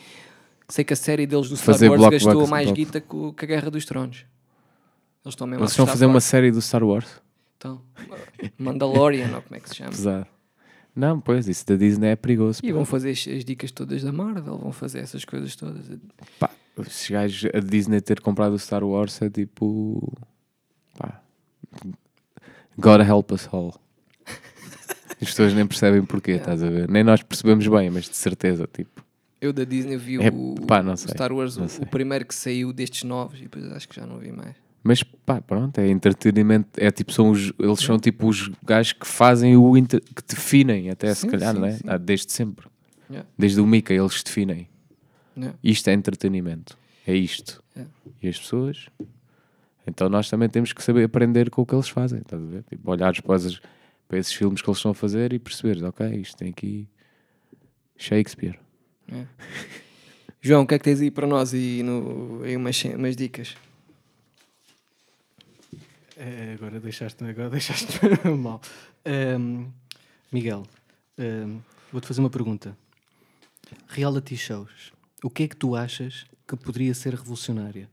sei que a série deles do Star Fazer Wars block- gastou block- mais block. guita co- que a Guerra dos Tronos. Eles estão mesmo Eles a estão a apostar fazer uma forte. série do Star Wars. Então, Mandalorian, ou como é que se chama. Pesado. Não, pois, isso da Disney é perigoso. E vão fazer as, as dicas todas da Marvel, vão fazer essas coisas todas. Pá, esses gajos, a Disney ter comprado o Star Wars é tipo. Pá. God help us all. As pessoas nem percebem porquê, estás a ver? Nem nós percebemos bem, mas de certeza, tipo. Eu da Disney vi É, o, pá, não o sei, Star Wars, o, não o sei. primeiro que saiu destes novos, e depois acho que já não vi mais. Mas pá, pronto, é entretenimento. É tipo, são os, eles são tipo os gajos que fazem o. inter- que definem, até se Sim, calhar, sim, não é? sim. Ah, desde sempre. Yeah. Desde o Mika, eles definem. Yeah. Isto é entretenimento. É isto. Yeah. E as pessoas. Então nós também temos que saber aprender com o que eles fazem. Estás a ver? Tipo, olhares para, esses- para esses filmes que eles estão a fazer e perceberes, ok, isto tem aqui Shakespeare. João, o que é que tens aí para nós e no, aí umas, ce- umas dicas? Eh, agora deixaste-me agora deixaste-me mal. Ahm, Miguel, ahm, vou-te fazer uma pergunta. Reality shows. O que é que tu achas que poderia ser revolucionária?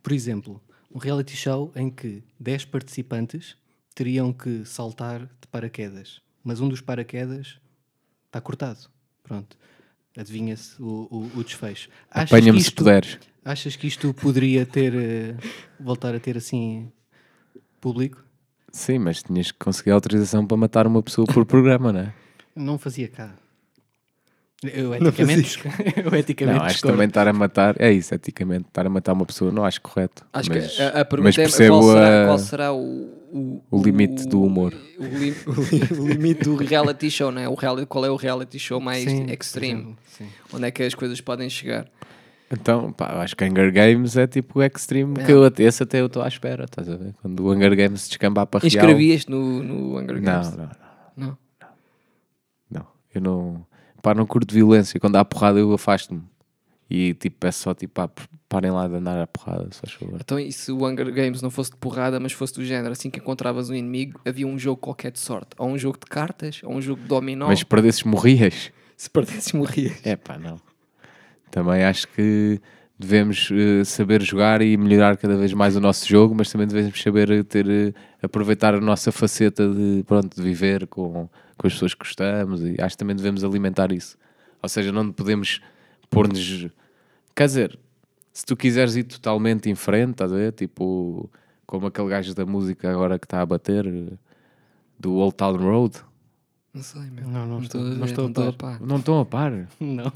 Por exemplo, um reality show em que 10 participantes teriam que saltar de paraquedas, mas um dos paraquedas está cortado. Pronto. Adivinha-se o, o- o desfecho. Achas que Apanha-me se isto- puderes. Achas que isto poderia ter eh, voltar a ter assim público? Sim, mas tinhas que conseguir autorização para matar uma pessoa por programa, não é? Não fazia cá. Eu eticamente, eu eticamente Não, acho que discordo. também estar a matar, é isso, eticamente, estar a matar uma pessoa, não acho correto. Acho mas, que a, a mas pergunta é percebo qual será, a- qual será o, o, o limite do humor. O, li- o li- o limite do reality show, né? o reali- qual é o reality show mais Sim, por extreme? exemplo, sim. Onde é que as coisas podem chegar? Então, pá, eu acho que Hunger Games é tipo o extreme que eu, até- esse até eu estou à espera, estás a ver? Quando o Hunger Games descambar para real... Inscrevias-te no, no Não, Hunger Games? não, não. Não. Não, eu não. Pá, não curto violência. Quando há porrada, eu afasto-me. E tipo, peço só tipo, pá, parem lá de andar à porrada, só chover. Então, e se o Hunger Games não fosse de porrada, mas fosse do género, assim que encontravas um inimigo, havia um jogo qualquer de sorte? Ou um jogo de cartas, ou um jogo de dominó? Mas perdesses, morrias. Se perdesses, morrias. É pá, não. Também acho que devemos eh, saber jogar e melhorar cada vez mais o nosso jogo, mas também devemos saber eh, ter, eh, aproveitar a nossa faceta de, pronto, de viver com, com as pessoas que gostamos e acho que também devemos alimentar isso. Ou seja, não podemos pôr-nos. Quer dizer, se tu quiseres ir totalmente em frente, estás a ver? Tipo, como aquele gajo da música agora que está a bater, eh, do Old Town Road, Não sei, meu. Não, não estou- ver, não estou a estou par. par. não estão a par. Não.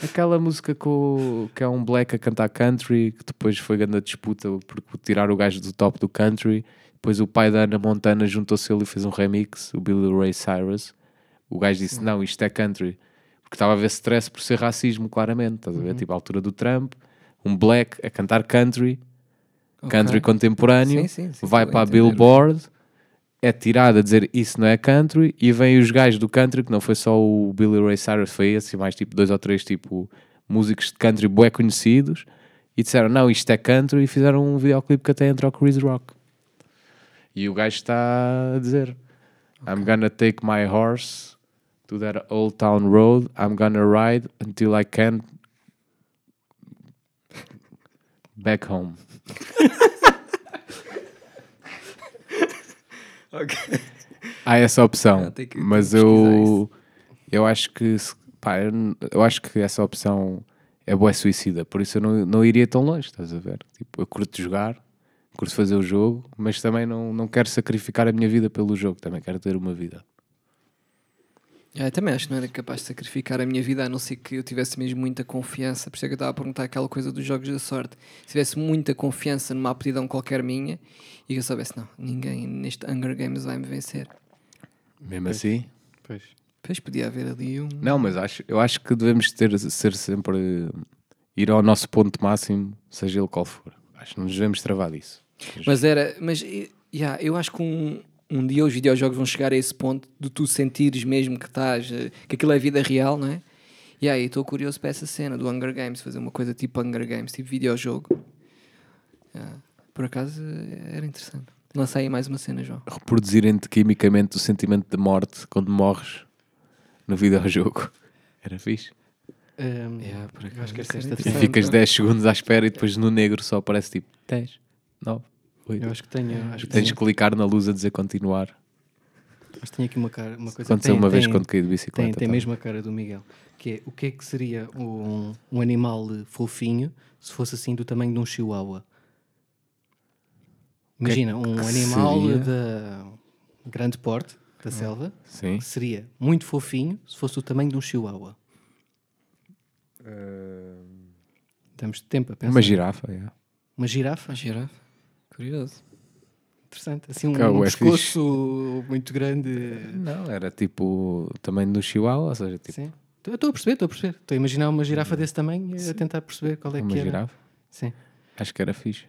Aquela música com, que é um black a cantar country, que depois foi grande a disputa porque tiraram o gajo do top do country. Depois o pai da Ana Montana juntou-se a ele e fez um remix, o Billy Ray Cyrus. O gajo disse: Não, isto é country. Porque estava a haver stress por ser racismo, claramente. Estás Uhum. a ver? Tipo, a altura do Trump, um black a cantar country, country contemporâneo, Sim, sim, sim, vai estou a para a entender. Billboard, é tirado a dizer isso não é country, e vem os gajos do country, que não foi só o Billy Ray Cyrus, foi esse, e mais tipo dois ou três tipo músicos de country bué conhecidos, e disseram não, isto é country, e fizeram um videoclipe que até entra o Chris Rock. E o gajo está a dizer I'm gonna take my horse to that old town road, I'm gonna ride until I can back home. há essa opção. Ah, tem que- tem mas que pesquisar eu, isso. eu acho que se- pá, eu, n- eu acho que essa opção é boa suicida, por isso eu não, não iria tão longe, estás a ver? Tipo, eu curto jogar, curto fazer o jogo, mas também não, não quero sacrificar a minha vida pelo jogo, também quero ter uma vida. Ah, Eu também acho que não era capaz de sacrificar a minha vida, a não ser que eu tivesse mesmo muita confiança. Por isso é que eu estava a perguntar aquela coisa dos jogos da sorte. Se tivesse muita confiança numa aptidão qualquer minha e que eu soubesse, não, ninguém neste Hunger Games vai me vencer. Mesmo assim? Pois. Depois podia haver ali um. Não, mas acho, eu acho que devemos ter, ser sempre ir ao nosso ponto máximo, seja ele qual for. Acho que não nos devemos travar disso. Mas era, mas e- yeah, eu acho que um, um dia os videojogos vão chegar a esse ponto de tu sentires mesmo que estás, eh, que aquilo é vida real, não é? E aí estou curioso para essa cena do Hunger Games, fazer uma coisa tipo Hunger Games, tipo videojogo. Yeah. Por acaso eh, era interessante. Lança aí mais uma cena, João. Reproduzirem-te quimicamente o sentimento de morte quando morres no videojogo. Era fixe. Ahm, Yeah, por acho que isso esta era E é interessante. interessante. ficas 10 segundos à espera e depois no negro só aparece tipo 10, 9, Eu 8. acho que tenho, acho que Tens tenho, que clicar na luz a dizer continuar. acho que tenho aqui uma, cara, uma coisa Aconteceu tem- uma vez tem- quando caí de bicicleta. Tem, tem tá? mesmo a cara do Miguel. Que é, o que é que seria um, um animal eh, fofinho se fosse assim do tamanho de um chihuahua? que é Imagina, um que animal seria? Hum. de grande porte, da selva, Sim. que seria muito fofinho se fosse do tamanho de um chihuahua. Hum. Temos tempo a pensar. Uma girafa, é. yeah. Uma girafa, Girafa. Curioso. interessante. Assim, um, Cá, um ué, fixe. pescoço muito grande. Não, era tipo também do Chihuahua, ou seja, tipo Sim. Eu Estou a perceber, estou a perceber. Estou a imaginar uma girafa desse tamanho e a tentar perceber qual é uma que era. girafa. Sim. Acho que era fixe.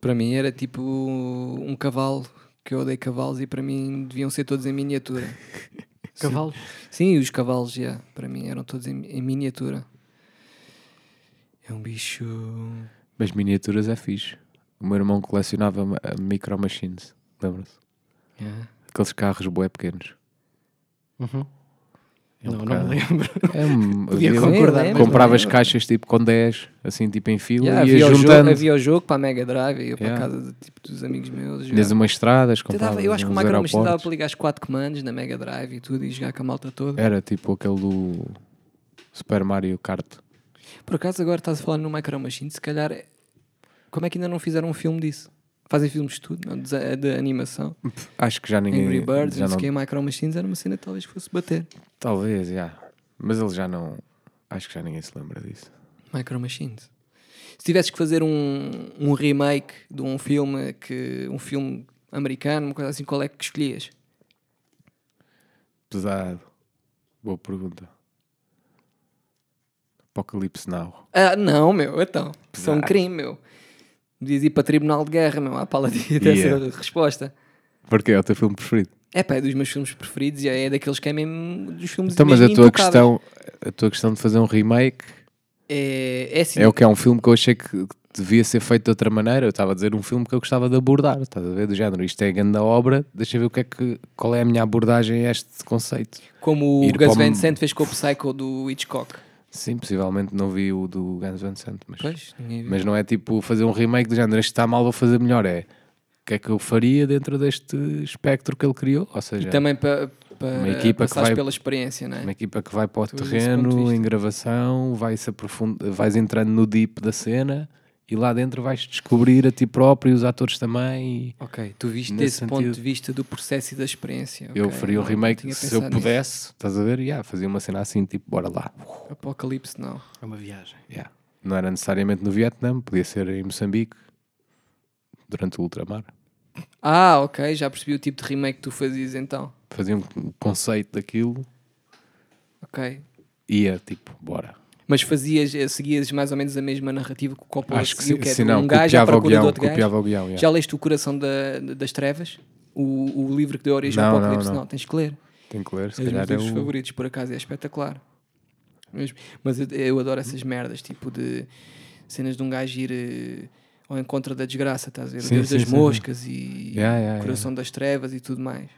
Para mim era tipo um cavalo, que eu odeio cavalos e para mim deviam ser todos em miniatura. Cavalos. Sim, os cavalos, já, para mim, eram todos em, em miniatura. É um bicho. Mas miniaturas é fixe. O meu irmão colecionava ma- a micro machines, lembra-se? Yeah. Aqueles carros bué pequenos. É um não, não bocado- me lembro. É um- Podia havia- concordar, mas não Compravas lembro. caixas tipo com 10, assim tipo em fila, Yeah, e havia, ias o jogo, juntando. havia o jogo para a Mega Drive, eu para Yeah. a casa de, tipo, dos amigos meus. Tinhas jogava. umas estradas, Até dava- compravas eu acho que o uns Micro Machine dava aeroportos. para ligar os quatro comandos na Mega Drive e tudo e jogar com a malta toda. Era tipo aquele do Super Mario Kart. É. Por acaso, agora estás a falar no Micro Machine, se calhar. é- Como é que ainda não fizeram um filme disso? Fazem filmes de tudo, não? de, de animação. Acho que já ninguém. Angry Birds, já não sei não, o que, Micro Machines era uma cena que talvez fosse bater. Talvez, já. Mas ele já não. Acho que já ninguém se lembra disso. Micro Machines. Se tivesses que fazer um, um remake de um filme que um filme americano, uma coisa assim, qual é que escolhias? Pesado. Boa pergunta. Apocalipse Now. Ah, não, meu, então. São um Pesado. crime, meu. Devias ir para tribunal de guerra, meu, ah, à pala de dessa Yeah. resposta. Porque é o teu filme preferido. É pá, é dos meus filmes preferidos e é daqueles que é mesmo dos filmes Então, mas mesmo a tua, intocáveis. questão, a tua questão de fazer um remake é, é assim. é o que é um filme que eu achei que devia ser feito de outra maneira. Eu estava a dizer um filme que eu gostava de abordar, estás a ver? Do género, isto é a grande obra, deixa eu ver o que é que, qual é a minha abordagem a este conceito. Como o ir Gus para um- Van Sant fez com o Psycho do Hitchcock. Sim, possivelmente não vi o do Guns N' Roses, mas... Pois, ninguém viu. Mas não é tipo fazer um remake do género, este está mal, vou fazer melhor. É o que é que eu faria dentro deste espectro que ele criou? Ou seja, Também para pa, Uma equipa que passares vai- pela experiência, não é? uma equipa que vai para o Tu, desse ponto de terreno vista. em gravação, vais, aprofund... vais entrando no deep da cena e lá dentro vais descobrir a ti próprio e os atores também. e Ok, tu viste Nesse desse ponto de sentido. vista do processo e da experiência. Eu ok, faria um não remake tinha se eu pensado nisso. pudesse, estás a ver? Yeah, fazia uma cena assim, tipo, bora lá. Apocalipse, não. É uma viagem. Yeah. Não era necessariamente no Vietnã, podia ser em Moçambique, durante o ultramar. Ah, ok, já percebi o tipo de remake que tu fazias então. Fazia um conceito daquilo Ok. ia tipo, bora. Mas fazias, eh, seguias mais ou menos a mesma narrativa que o Coppola Acho que seguiu, sim, que é se de não, um gajo à copiava o procura guião, de outro copiava gajo. o guião, yeah. Já leste o Coração da- das Trevas? O, o livro que deu origem Não, ao não, Apocalipse? Não, não. tens que ler. Tem que ler, É se um dos meus calhar é livros o... favoritos, por acaso, é espetacular. Mesmo. Mas eu, eu adoro essas merdas, tipo de cenas de um gajo ir eh, ao encontro da desgraça, estás a ver? O Sim, Deus sim, das sim, sim. moscas e Yeah, yeah, Coração das Trevas e tudo mais.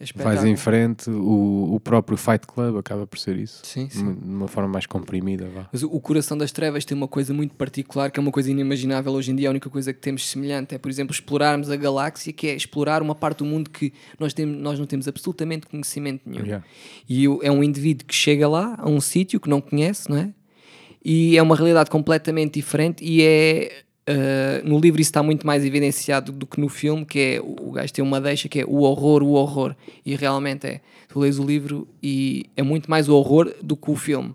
É Vais espetáculo. em frente, o, o próprio Fight Club acaba por ser isso. Sim, sim. Numa- De uma forma mais comprimida, vá. Mas o- o Coração das Trevas tem uma coisa muito particular, que é uma coisa inimaginável hoje em dia. A única coisa que temos semelhante é, por exemplo, explorarmos a galáxia, que é explorar uma parte do mundo que nós, temos, nós não temos absolutamente conhecimento nenhum. Yeah. E o- é um indivíduo que chega lá, a um sítio que não conhece, não é? E é uma realidade completamente diferente e é... ah, no livro isso está muito mais evidenciado do que no filme, que é... O o gajo tem uma deixa que é o horror, o horror. E realmente é. Tu lês o livro e é muito mais o horror do que o filme.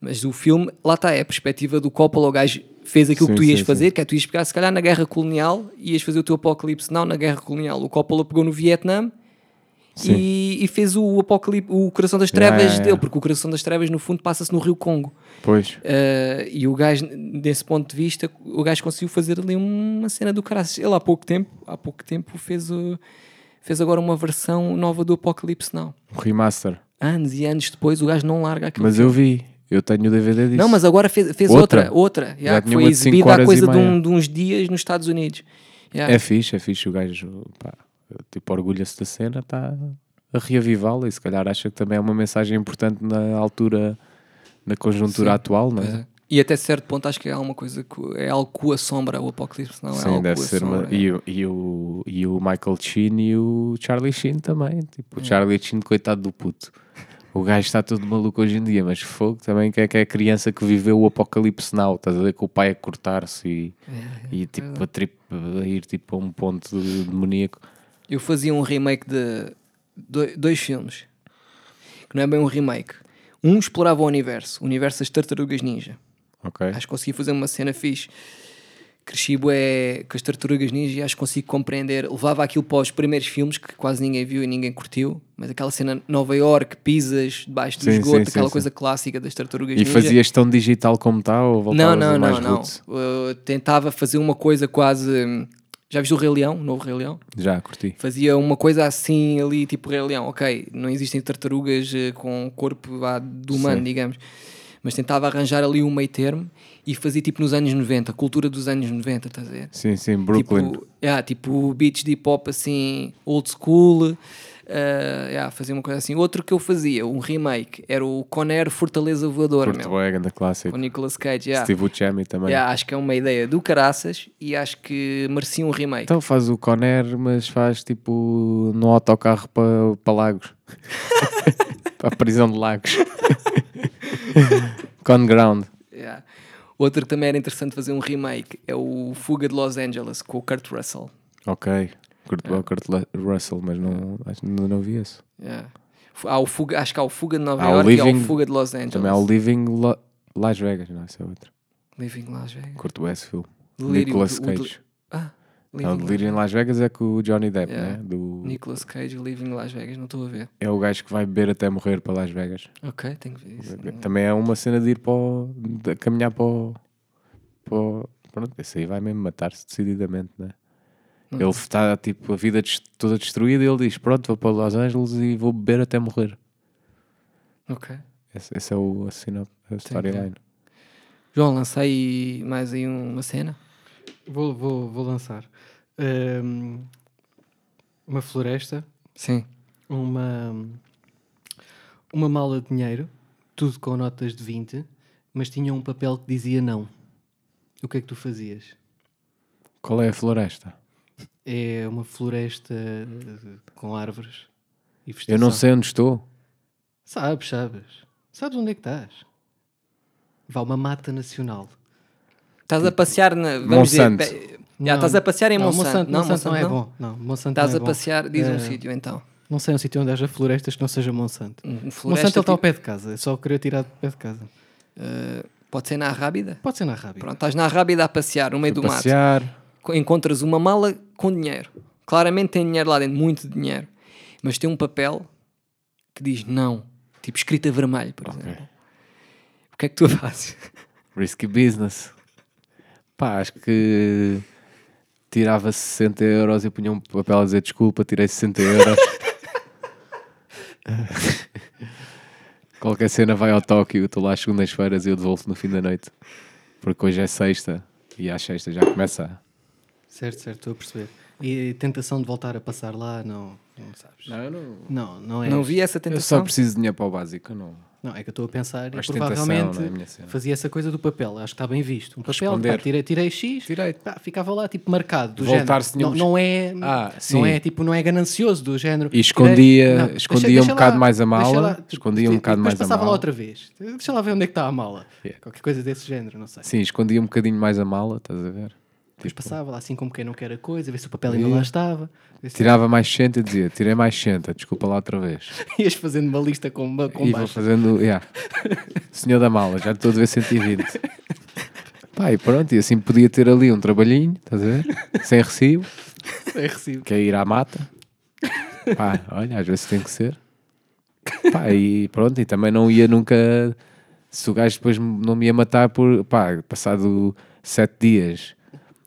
Mas o filme, lá está, é a perspectiva do Coppola, o gajo fez aquilo Sim, que tu ias sim, fazer, que é tu ias pegar, se calhar na guerra colonial, ias fazer o teu apocalipse, não na guerra colonial. O Coppola pegou no Vietnã Sim. e, e fez o apocalipse, o coração das Yeah, trevas yeah, dele, yeah. porque o coração das trevas no fundo passa-se no Rio Congo. Pois. Uh, e o gajo, desse ponto de vista, o gajo conseguiu fazer ali uma cena do caraças. Ele há pouco tempo, há pouco tempo fez, o- fez agora uma versão nova do Apocalipse Now. O remaster. Anos e anos depois o gajo não larga aquilo. Mas eu vi. Eu tenho o DVD disso. é? Não, mas agora fez, fez outra, Outra? outra, yeah, Já que tinha foi uma de cinco exibida há horas e coisa de, meia. um- de uns dias nos Estados Unidos. Yeah. É fixe, é fixe. O gajo, pá, tipo, orgulha-se da cena, está a reavivá-la e se calhar acha que também é uma mensagem importante na altura, na conjuntura atual, não é? E até certo ponto acho que é alguma coisa que é algo que o assombra o Apocalipse Now. é algo Sim, que deve o ser uma... assombra, é. e, o- e o, e o Michael Sheen e o Charlie Sheen também. É. Tipo, o Charlie Sheen, coitado do puto. O gajo está todo maluco hoje em dia, mas fogo também que é que é a criança que viveu o apocalipse now, estás a ver com o pai a cortar-se e, É, e tipo a, trip, a ir tipo a um ponto demoníaco. Eu fazia um remake de do- dois filmes. Que não é bem um remake. Um explorava o universo, o universo das tartarugas ninja. Ok. Acho que consegui fazer uma cena fixe. Cresci é com as tartarugas ninja e acho que consigo compreender. Levava aquilo para os primeiros filmes que quase ninguém viu e ninguém curtiu, mas aquela cena Nova York, pisas debaixo do Sim, esgoto, sim, sim, aquela sim. coisa clássica das tartarugas E ninja. fazias tão digital como está ou Não, voltavas não, a mais não, não. roots? Eu tentava fazer uma coisa quase. hum, Já viste o Rei Leão, o novo Rei Leão? Já, curti. Fazia uma coisa assim ali, tipo Rei Leão, ok, não existem tartarugas eh, com corpo vá, do humano, digamos. Mas tentava arranjar ali um meio termo e fazia tipo nos anos 90, cultura dos anos 90, estás a ver? Sim, sim, Brooklyn. Tipo, yeah, tipo beats de hip hop assim, old school. eh, yeah, fazia uma coisa assim. Outro que eu fazia, um remake, era o Conair Fortaleza Voadora, Porto meu. Wagon, da clássica. Com Nicolas Cage, yeah. é Steve Buscemi também. Yeah, acho que é uma ideia do caraças e acho que merecia um remake. Então faz o Conair, mas faz tipo no autocarro para pa Lagos. para a prisão de Lagos. Con Ground. Yeah. Outro que também era interessante fazer um remake é o Fuga de Los Angeles com o Kurt Russell. Ok. Curto bem o Kurt Le- Russell, mas não, acho, que ainda não vi isso. Yeah. F- Há o Fuga, acho que há o Fuga de Nova Há o York e há o Living- Fuga de Los Angeles. Também há o Living Lo- Las Vegas, não, isso é outro. Living Las Vegas. Curto bem esse filme. Delírio, Nicolas o- o del- Cage. Ah, Não, o Living, Delírio em Las Vegas é com o Johnny Depp, Yeah. né? Do... Nicolas Cage, Living Las Vegas, não estou a ver. É o gajo que vai beber até morrer para Las Vegas. Ok, tenho que ver isso. Também é uma cena de ir para o, de caminhar para o, para o- Pronto, esse aí vai mesmo matar-se decididamente, né? Hum. Ele está tipo a vida des- toda destruída e ele diz: Pronto, vou para Los Angeles e vou beber até morrer. Ok. Esse, esse é o a, sino- a storyline. João, lança aí mais aí uma cena. Vou, vou, vou lançar. Ahm, uma floresta, Sim. uma, uma mala de dinheiro, tudo com notas de 20, mas tinha um papel que dizia não. O que é que tu fazias? Qual é a floresta? É uma floresta eh, com árvores e Eu vegetação. não sei onde estou. Sabes, sabes. Sabes onde é que estás? Vá uma mata nacional. Estás a passear na. Monsanto. Dizer, pe- Já, estás a passear em não, Monsanto. Monsanto. Não, Monsanto não é Monsanto não. bom. Não, Monsanto Estás não é a bom. passear, diz um Eh, sítio então. Não sei um sítio onde haja florestas que não seja Monsanto. é Um floresta Monsanto ele está ao tipo- pé de casa, eu só queria tirar do pé de casa. Eh, pode ser na Rábida? Pode ser na Rábida. Pronto, estás na Rábida a passear no meio do Passear. mato. Encontras uma mala com dinheiro. Claramente tem dinheiro lá dentro, muito dinheiro. Mas tem um papel que diz não. Tipo escrita a vermelho, por exemplo. O que é que tu fazes? Risky business. Pá, acho que tirava 60 euros e punha um papel a dizer desculpa, tirei 60 euros. Qualquer cena vai ao Tóquio, estou lá às segundas-feiras e eu devolvo no fim da noite. Porque hoje é sexta e às sexta já começa. Certo, certo, estou a perceber. E a tentação de voltar a passar lá, não, não sabes. Não, eu Não, não é. Não vi essa Eu só tentação. preciso de dinheiro para o básico, eu não. Não, é que eu estou a pensar e Ostentação, provavelmente não é a minha cena. fazia essa coisa do papel. Acho que está bem visto. Um papel, Responder. pá, tirei, tirei X, Tirei. pá, ficava lá tipo marcado. Do Voltar-se género. nenhum- Não, não é, Ah, não sim. é tipo, não é ganancioso do género. E escondia- Não, escondia um bocado mais a mala, deixa escondia um e bocado tipo, mais depois a passava lá mala. outra vez. Deixa lá ver onde é que está a mala. Yeah. Qualquer coisa desse género, não sei. Sim, escondia um bocadinho mais a mala, estás a ver? Depois passava lá assim como quem não quer a coisa, ver se o papel ainda Yeah. lá estava. ver se- Tirava mais 60 e dizia, tirei mais 60, desculpa lá outra vez. Ias fazendo uma lista com, ba- com e vou baixo. fazendo. Yeah. Senhor da mala, já estou a dever 120. Pá, e pronto, e assim podia ter ali um trabalhinho, estás a ver? Sem recibo, É recibo. que é ir à mata. Pá, olha, às vezes tem que ser. Pá, e pronto, e também não ia nunca. Se o gajo depois me- não me ia matar por. Pá, passado sete dias,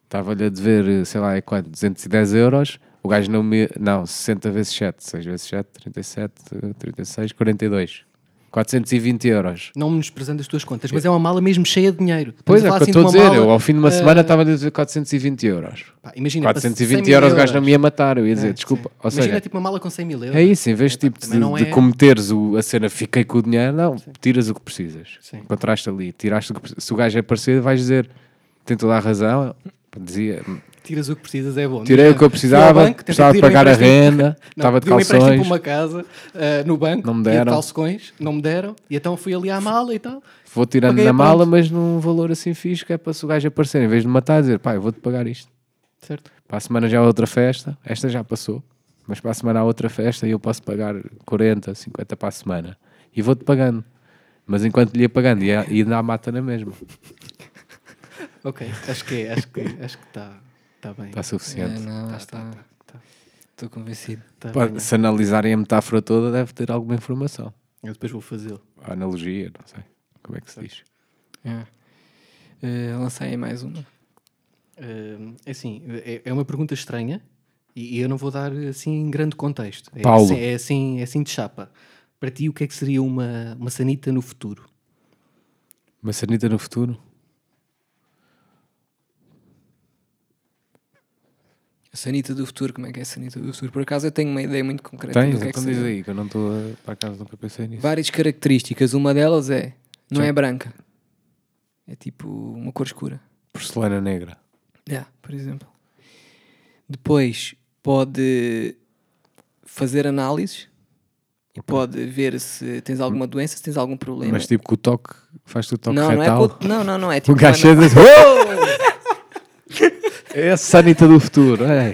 estava-lhe a dever, sei lá, é quanto? 210 euros. O gajo não me. Não, 60 vezes 7, 6 vezes 7, 37, 36, 42. 420 euros. Não menosprezando as tuas contas, mas é uma mala mesmo cheia de dinheiro. Estamos Pois é, o falar, que eu assim, estou a de uma dizer. mala, Eu, ao fim de uma eh, semana, estava a dizer 420 euros. pá, imagina, para 100 420 mil É, euros, o gajo não me ia matar. Eu ia dizer, desculpa. Ou Imagina seja, tipo uma mala com 100 mil euros. É isso, em vez Epá, tipo, de, também não de é- cometeres o- a cena fiquei com o dinheiro, não, tiras o que precisas. Sim. Encontraste ali, tiraste o que precisas. Se o gajo é parecido, vais dizer, tem toda a razão, pá, dizia, Tiras o que precisas, é bom. tirei o que eu Fui ao precisava, banco, tentei precisava de pedir um pagar a empréstimo. renda, Não, estava de pedi um empréstimo calções, para uma casa ah, no banco, Não me tinha de deram. calções, não me deram, e então fui ali à mala e tal. vou tirando Paguei na a mala, pronto. mas num valor assim fixe que é para se o gajo aparecer, em vez de me matar, dizer, pá, eu vou-te pagar isto. Certo. Para a semana já há outra festa, esta já passou, mas para a semana há outra festa e eu posso pagar 40, 50 para a semana. E vou-te pagando. Mas enquanto lhe ia pagando, ia, ia dar a mata na mesma. Ok, acho que é, acho que acho que está tá bem. Está suficiente. É, não, é está. tá, Estou convencido. tá Pá, bem. se analisarem a metáfora toda, deve ter alguma informação. Eu depois vou fazê-lo. A analogia, não sei. Como é que se diz? É. Eh, lancei aí mais uma. Ahm, é assim, é, é uma pergunta estranha e, e eu não vou dar assim grande contexto. É, Paulo. assim- É assim, é assim de chapa. Para ti, o que é que seria uma, uma sanita no futuro? Maçanita no futuro? A sanita do futuro, como é que é a sanita do futuro? Por acaso eu tenho uma ideia muito concreta. Tens? do que é que então diz seria. aí, que eu não estou a... Para acaso nunca pensei nisso. Várias características. Uma delas é, não Sim. é branca. É tipo uma cor escura. Porcelana negra. Yeah, por exemplo. Depois pode fazer análises e pode ver se tens alguma doença, se tens algum problema. Mas tipo com o toque, faz-te o toque não, não é retal. co- não, não, não é O tipo. gajo não chega é- e diz, "Oh!" É a sanita do futuro. É.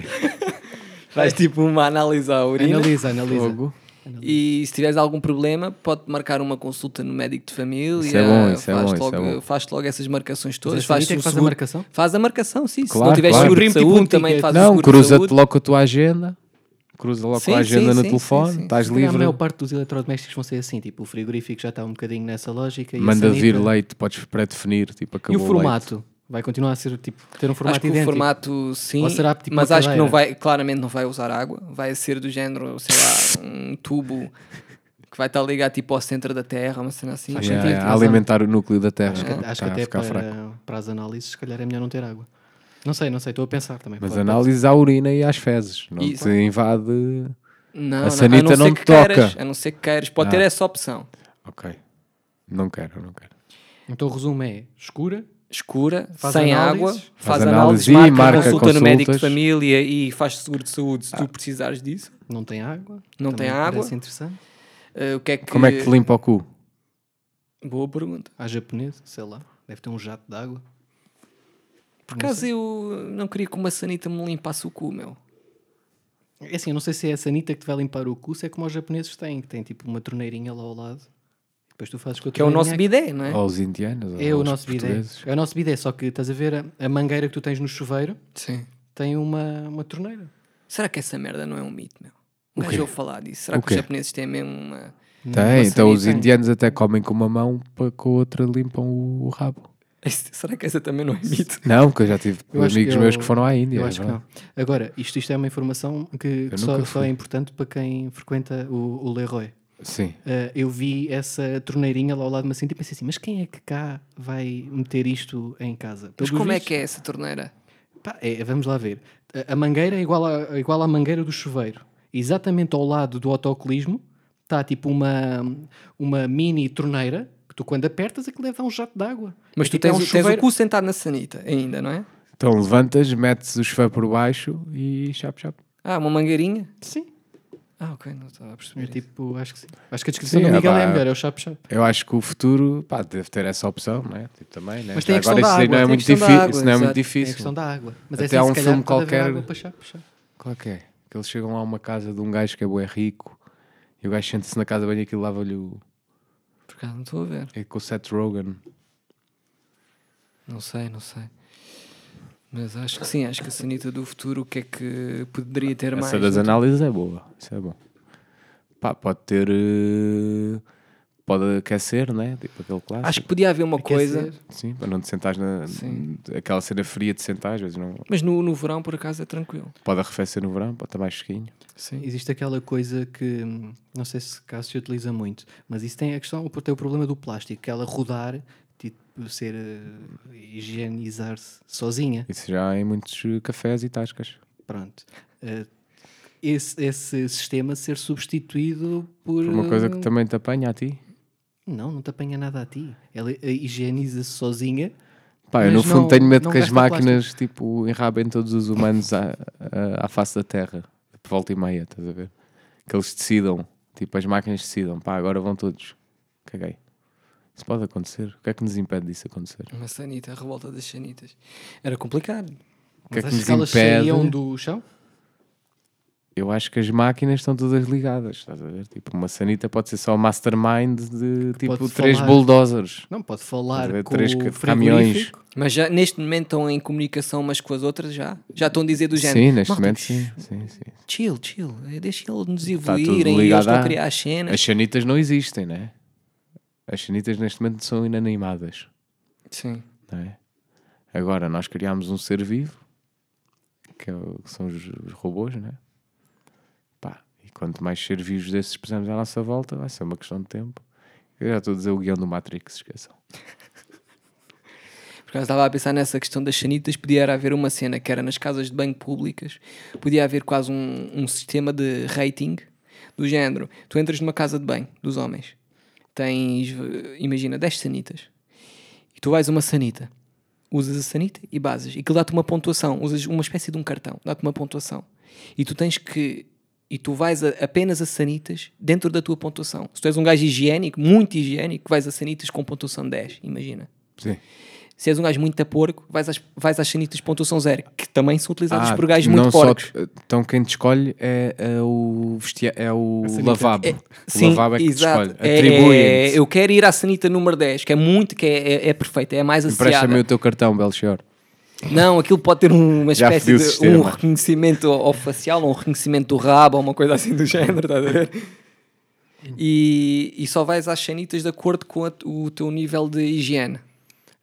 Faz tipo uma análise à urina. Analisa, analisa. Fogo. E se tiveres algum problema, pode marcar uma consulta no médico de família. Isso é bom, isso é faz bom, isso logo, é bom. faz logo essas marcações todas. Mas a sanita Faz, é o que faz a seguro- marcação? Faz a marcação, sim. se Claro, não tiveres claro. seguro de Imprime, tipo, um saúde, também ticket. faz o Não, seguro de cruza-te saúde. logo com a tua agenda. Cruza logo Sim, com a sim, agenda no sim, sim, telefone. sim. Estás Se calhar A livre. maior parte dos eletrodomésticos vão ser assim, tipo, o frigorífico já está um bocadinho nessa lógica. e a Manda sanita- vir leite, podes pré-definir. Tipo, E acabou o leite. formato? Vai continuar a ser, tipo, ter um formato acho que idêntico? o formato sim, Ou será tipo mas uma acho que não cadeira? vai, claramente não vai usar água, vai ser do género, sei lá, um tubo que vai estar ligado tipo ao centro da Terra, uma cena assim. Faz Yeah, sentido, yeah, razão. alimentar o núcleo da Terra. Acho que, é. pá, acho tá que a até ficar fraco. para, para as análises, se calhar é melhor não ter água. Não sei, não sei, estou a pensar também. Mas Pode- análise à urina e às fezes. Não Isso. te invade. Não, A não, sanita a não, não ser me que queiras, toca. Ah. a não ser que queiras, pode ter essa opção. Ok. Não quero, não quero. Então o resumo é escura, Escura, Faz sem análises. água, faz, Faz análises, análise marca, e marca consulta no consultas. médico de família e faz seguro de saúde Ah. se tu precisares disso. não tem água. Não tem também água. Parece interessante. Eh, o que é que... Como é que te limpa o cu? Boa pergunta. Há japonês, sei lá, deve ter um jato de água. Por acaso eu não queria que uma sanita me limpasse o cu, meu. É assim, eu não sei se é a sanita que te vai limpar o cu, se é como os japoneses têm, que tem tipo uma torneirinha lá ao lado. Depois tu fazes com a Que é o nosso torneirinha bidé, não é? Aos indianos? É aos o nosso bidé. portugueses? É o nosso bidé, só que estás a ver a, a mangueira que tu tens no chuveiro Sim. tem uma, uma torneira. Será que essa merda não é um mito, meu? Um quê? gajo ouve falar disso. Será O que os quê? japoneses têm mesmo uma... Tem, então sanita, os tem. indianos até comem com uma mão, para com a outra limpam o rabo. Esse- Será que essa também não é mito? Não, porque eu já tive Eu acho amigos que meus eu- que foram à Índia. é Eu acho que não. Agora, isto, isto é uma informação que, que só, nunca só fui. é importante para quem frequenta o, o Leroy. Sim. Ah, eu vi essa torneirinha lá ao lado de uma cinta e pensei assim, mas quem é que cá vai meter isto em casa? Mas como é que é essa torneira? Pá, é, vamos lá ver. A, a mangueira é igual, a, é igual à mangueira do chuveiro. Exatamente ao lado do autocolismo está tipo uma, uma mini torneira que tu quando apertas aquilo leva a um jato de água. Mas É tu tipo, é tens, o- tens o chuveiro- cu sentado na sanita ainda, não é? Então levantas, metes o chuveiro por baixo e chap chap. Ah, uma mangueirinha? Sim, Ah, ok, não estava a perceber. é isso. tipo, acho que sim. Acho que a descrição Sim, do é Miguel é, pá. melhor, é o chap-chap. Eu acho que o futuro pá, deve ter essa opção, não é? Tipo, também, né? Mas tem a Já questão Agora isso da aí não água, é tem a muito questão da difí- ágil, isso não é muito exato. É a difícil. questão da água. Mas Até é há assim, um se filme calhar, pode haver qualquer- água para chap-chap. Qual é que é? Que eles chegam lá a uma casa de um gajo que é bué rico e o gajo sente-se na casa bem e aquilo lava-lhe o... Por acaso não estou a ver. É com o Seth Rogen. Não sei, não sei. Mas acho que sim, acho que a sanita do futuro o que é que poderia ter mais? Essa das não análises é boa. Isso é bom. Pá, pode ter. eh, Pode aquecer, né? Tipo aquele é? clássico. Acho que podia haver uma Aquecer. coisa, Sim, para não te sentares na. Sim. Aquela cena fria de sentar, às vezes não. mas no, no verão por acaso é tranquilo. Pode arrefecer no verão, pode estar mais fresquinho. Sim. Existe aquela coisa que hum, não sei se caso se utiliza muito, mas isso tem a questão, tem o problema do plástico, que ela rodar, tipo, ser eh, higienizar-se sozinha. Isso já há em muitos cafés e tascas. Pronto. Eh, esse, esse sistema ser substituído por. Por uma coisa que eh, também te apanha a ti. Não, não te apanha nada a ti. Ela eh, higieniza-se sozinha. Pá, eu no Mas fundo não- tenho medo não que as gasta máquinas tipo, enrabem todos os humanos à, à- à face da Terra, de volta e meia, estás a ver? Que eles decidam, tipo, as máquinas decidam, pá, agora vão todos. Caguei. Isso pode acontecer. O que é que nos impede disso acontecer? Uma sanita, a revolta das sanitas. Era complicado. O que é que Mas achas nos que elas impede? saíam do chão? Eu acho que as máquinas estão todas ligadas, estás a ver? Tipo, uma sanita pode ser só o mastermind de tipo pode três falar. bulldozers. Não, pode falar Estás a ver? com Três o ca- caminhões. frigorífico. Mas já, neste momento estão em comunicação umas com as outras já? Já estão a dizer do género? Sim, neste "Malta, momento sim. sim, sim. Chill, chill. eh, Deixa eles nos tudo evoluírem e eles ligado estão à- a criar as cenas. As sanitas não existem, né? As sanitas neste momento são inanimadas. Sim. não é? Agora, nós criámos um ser vivo, que é o- que são os, os robôs, né? Pá, e quanto mais ser vivos desses pusermos à nossa volta, vai ser uma questão de tempo. Eu já estou a dizer o guião do Matrix, esqueçam. Porque eu estava a pensar nessa questão das sanitas, podia era haver uma cena que era nas casas de banho públicas, podia haver quase um, um sistema de rating do género. Tu entras numa casa de banho dos homens, tens, eh, imagina, 10 sanitas, e tu vais a uma sanita, usas a sanita e bases, e aquilo dá-te uma pontuação, usas uma espécie de um cartão, dá-te uma pontuação, e tu tens que. E tu vais a, apenas a sanitas dentro da tua pontuação. Se tu és um gajo higiênico, muito higiênico, vais a sanitas com pontuação 10, imagina. Sim. Se és um gajo muito a porco, vais às, vais às sanitas de pontuação zero, que também são utilizadas Ah, por gajos não muito só- porcos. então quem te escolhe é, é o, vestia, é o sanita. lavabo. É, o lavabo é que te escolhe. É, Atribui. é, eu quero ir à sanita número 10, que é muito, que é, é, é perfeita, é a mais Empresta-me associada. o teu cartão, Belchior. Não, aquilo pode ter um- uma Já fodi espécie o de um sistema. reconhecimento ao ao facial, ou um reconhecimento do rabo, ou uma coisa assim do género, estás a ver? E, e só vais às sanitas de acordo com a- o teu nível de higiene.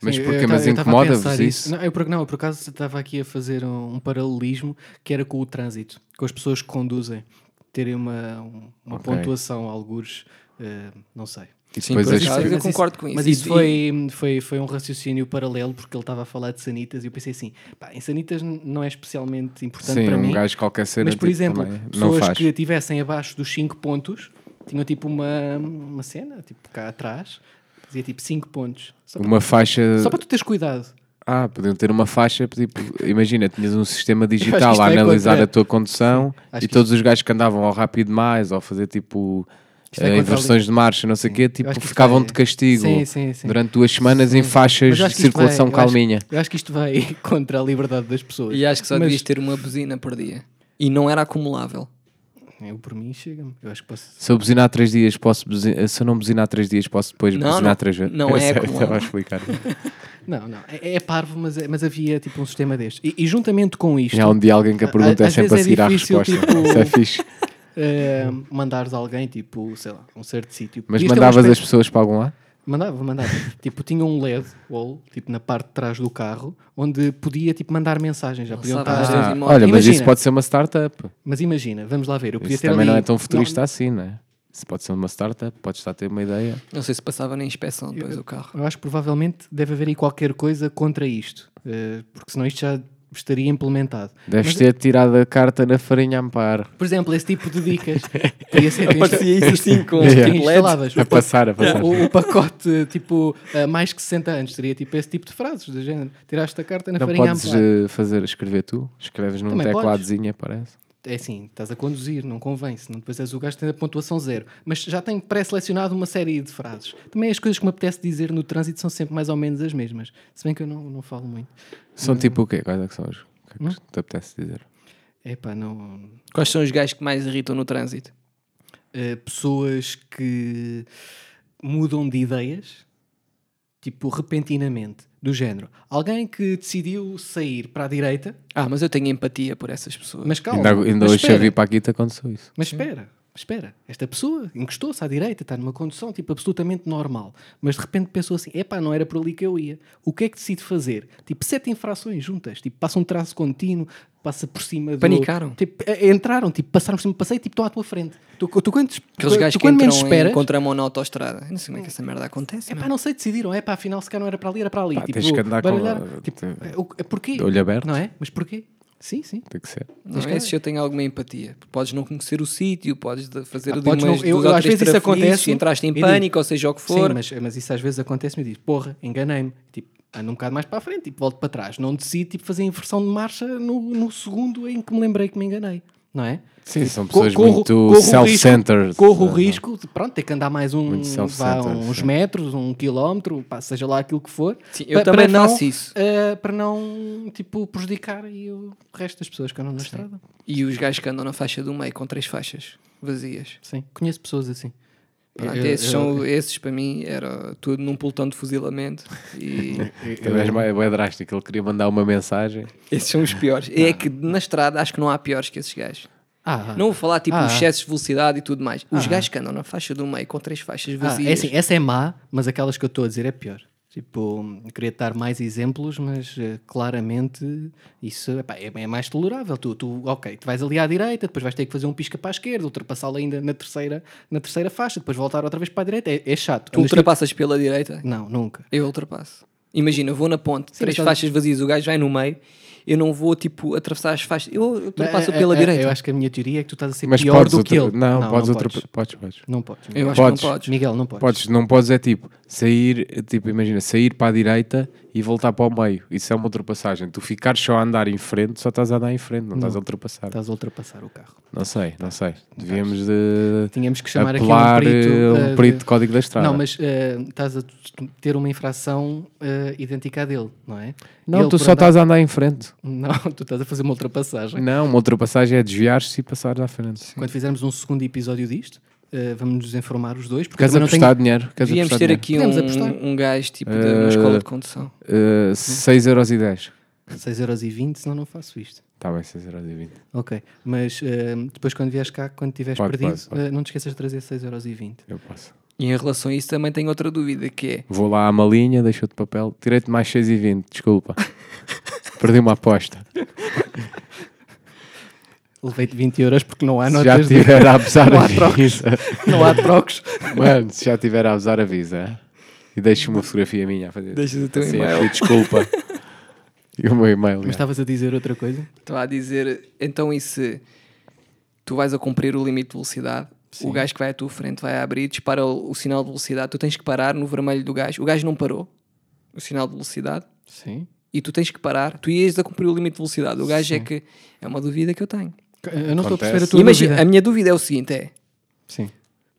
Mas Sim, eu porquê? ta- Mas eu tava a incomoda-vos pensar isso? Não, eu por, não, eu por acaso estava aqui a fazer um, um paralelismo que era com o trânsito, com as pessoas que conduzem, terem uma, um- uma Ok. pontuação, alguns, eh, não sei. E Sim, depois por as- acaso, eu Mas isso- concordo com isso. Mas E- isso e- foi, foi, foi um raciocínio paralelo, porque ele estava a falar de sanitas e eu pensei assim, pá, em sanitas n- não é especialmente importante Sim, para um mim. gajo qualquer ser mas, é por tipo exemplo, também, não pessoas faz. que estivessem abaixo dos 5 pontos, tinham tipo uma, uma cena, tipo cá atrás, dizia tipo 5 pontos. Só Uma faixa. só para tu teres cuidado. Ah, podiam ter uma faixa, tipo, imagina, tinhas um sistema acho que digital isto a é analisar contra- a tua condução acho e que todos os gajos que andavam ao rápido mais ou a fazer tipo Isto é eh, contra a inversões de marcha, não sei o quê, Eu acho tipo, que isto ficavam vai- de castigo Sim, sim, sim. durante duas semanas em faixas Mas de eu acho que isto vai- circulação eu acho- calminha. eu acho que isto vai contra a liberdade das pessoas. E acho que só Mas- devias ter uma buzina por dia. E não era acumulável. Eu por mim chega-me. Eu acho que posso. Se eu buzinar três dias, posso buzinar, se eu não buzinar três dias, posso depois Não, buzinar não. três vezes. Não é Sério, como- estava a explicar. Não, não. É, é parvo, mas, é- mas havia tipo um sistema deste. E, e juntamente com isto, E há um dia alguém que a Às pergunta é vezes sempre é a seguir à difícil, resposta. tipo- Isso é fixe. eh, mandares alguém, tipo, sei lá, um certo sítio. Mas Isto é uma mandavas as espécie- pessoas para algum lado? Mandava, mandava. tipo, tinha um LED wall, tipo, na parte de trás do carro, onde podia, tipo, mandar mensagens. Já podiam Lançava estar. as Ah, vezes imóvel. olha, mas isso Imagina. pode ser uma startup. Mas imagina, vamos lá ver. Eu podia Isso ter também ali- não é tão futurista assim, né? Isso pode ser uma startup, pode estar a ter uma ideia. Não sei se passava na inspeção depois do carro. Eu acho que provavelmente deve haver aí qualquer coisa contra isto, eh, porque senão isto já estaria implementado. Deves ter tirado a carta na farinha amparo. Por exemplo, esse tipo de dicas podia ser tu insta- Parecia isso assim com Yeah. com LED. instalavas A passar, a passar. o, o pacote tipo a mais que 60 anos seria tipo esse tipo de frases do género. Tiraste a carta na Não farinha podes ampla. eh, fazer, escrever tu? Escreves num Também podes. tecladozinho, parece. É assim, estás a conduzir, não convém, senão depois és o gajo que tem a pontuação zero. Mas já tenho pré-selecionado uma série de frases. Também as coisas que me apetece dizer no trânsito são sempre mais ou menos as mesmas. Se bem que eu não, não falo muito. São Hum. tipo o quê? Quais é que são os? O que é que te apetece dizer? Epá, não, Quais são os gajos que mais irritam no trânsito? eh, uh, pessoas que mudam de ideias, tipo repentinamente, do género. Alguém que decidiu sair para a direita, Ah, mas eu tenho empatia por essas pessoas. mas calma. Ainda, ainda mas hoje eu vi espera, para aqui te aconteceu isso. mas espera, espera. Esta pessoa encostou-se à direita, está numa condução tipo absolutamente normal, mas de repente pensou assim: epá, não era por ali que eu ia. O que é que decido fazer? Tipo, sete infrações juntas, tipo, passa um traço contínuo, passa por cima do. Panicaram. Tipo, eh, entraram, tipo, passaram por cima do passeio, tipo, estão à tua frente. Tu, tu, quando, tu, Aqueles tu, gajos que quando menos entram em esperas. contramão na autostrada. Eu Não sei como é que essa merda acontece. É meu. pá, não sei, decidiram. É pá, afinal, se calhar não era para ali, era para ali. Pá, tipo, tens que andar com- baralhar, tipo, é, o- é porquê? de olho aberto. Não é? Mas porquê? Sim, sim. Tem que ser. Não é. esqueces que eu tenho alguma empatia. Podes não conhecer o sítio, podes de- fazer Ah, ah, podes umas não- eu- duas eu- ou às três vezes isso trafolhices, acontece-me entraste em e digo- pânico, ou seja o que for. Sim, mas, mas isso às vezes acontece-me e diz, porra, enganei-me. Tipo, ando um bocado mais para a frente, tipo, volto para trás. Não decido, tipo, fazer a inversão de marcha no, no segundo em que me lembrei que me enganei. Não é? Sim, são Co- pessoas corro- corro o muito risco- self-centered. Corro o Não. é? risco de, pronto, ter que andar mais um, Muito vá, self-centered, uns sim. metros, um quilómetro, pá, seja lá aquilo que for. Sim, eu pa- também para não, nasço isso. eh, para não, tipo, prejudicar aí o resto das pessoas que andam na estrada. E os gajos que andam na faixa do meio com três faixas vazias. Sim, conheço pessoas assim. Pronto, Eu- esses, eu- são, esses para mim era tudo num pelotão de fuzilamento. E Tu és mais- é drástico. Ele queria mandar uma mensagem. esses são os piores. É que na estrada acho que não há piores que esses gajos. Ah, Não vou falar tipo Ah. os excessos de velocidade e tudo mais. Os gajos que andam na faixa do meio com três faixas ah, vazias. é assim, essa é má, mas aquelas que eu estou a dizer é pior. Tipo, eu queria dar mais exemplos, mas eh, claramente isso epá, é, é mais tolerável. Tu, tu, ok, tu vais ali à direita, depois vais ter que fazer um pisca para a esquerda, ultrapassá-la ainda na terceira, na terceira faixa, depois voltar outra vez para a direita. É, é chato. Tu Andas ultrapassas pela direita? tipo- Não, nunca. Eu ultrapasso. Imagina, eu vou na ponte, três mas tá- faixas vazias, o gajo vai no meio, eu não vou tipo atravessar as faixas, eu ultrapasso pela Eh, eh, direita. Eu acho que a minha teoria é que tu estás a ser Mas pior podes do que outra- ele. Não, podes não outra. Podes, podes. Não podes. Eu Miguel. acho Podes. que não podes. Miguel, não podes. Podes, não podes é tipo sair, eh, tipo, imagina, sair para a direita e voltar para o meio. Isso é uma ultrapassagem. Tu ficares só a andar em frente, só estás a andar em frente, não, estás a ultrapassar. Estás a ultrapassar o carro. Não sei, não sei. Devíamos de Tínhamos que chamar apelar aqui um perito. eh, um eh, perito de código da estrada. Não, mas eh, estás a t- ter uma infração eh, idêntica à dele, não é? Não, Ele tu por só andar- estás a andar em frente. Não, tu estás a fazer uma ultrapassagem. Não, uma ultrapassagem é desviar-se e passar à frente. Quando fizermos um segundo episódio disto, eh, vamos nos informar os dois, porque eu Queres também não apostar tenho... dinheiro? Queres Devíamos apostar ter dinheiro? aqui Podemos apostar. um, um gajo tipo de uma escola de condução. Eh, 6,10€. 6,20€, senão não faço isto. Está Tá bem, 6,20€. Ok, mas eh, depois quando vieres cá, quando tiveres Pode, perdido, pode, pode. eh, não te esqueças de trazer 6,20€. Eu posso. E em relação a isso também tenho outra dúvida que é, Vou lá à malinha, deixou de papel. Tirei-te mais 6,20, desculpa. Perdi uma aposta. Levei-te 20 euros porque Ah, não há Se já notas de... tiver a abusar, Não há avisa. não há trocos. Mano, se já tiver a abusar, avisa. E deixa uma fotografia minha a fazer. Deixas o teu assim, e-mail. a pedir desculpa. E o meu e-mail. é. Mas tá- já. estavas a dizer outra coisa? estava a dizer, então e se tu vais a cumprir o limite de velocidade, o gajo que vai à tua frente vai abrir, dispara o, o sinal de velocidade, tu tens que parar no vermelho do gajo, o gajo não parou, o sinal de velocidade, Sim. e tu tens que parar, tu ias a cumprir o limite de velocidade. O gajo é que é uma dúvida que eu tenho. Eu não estou a Acontece. perceber a tua Imagina, dúvida. a minha dúvida é o seguinte: é Sim.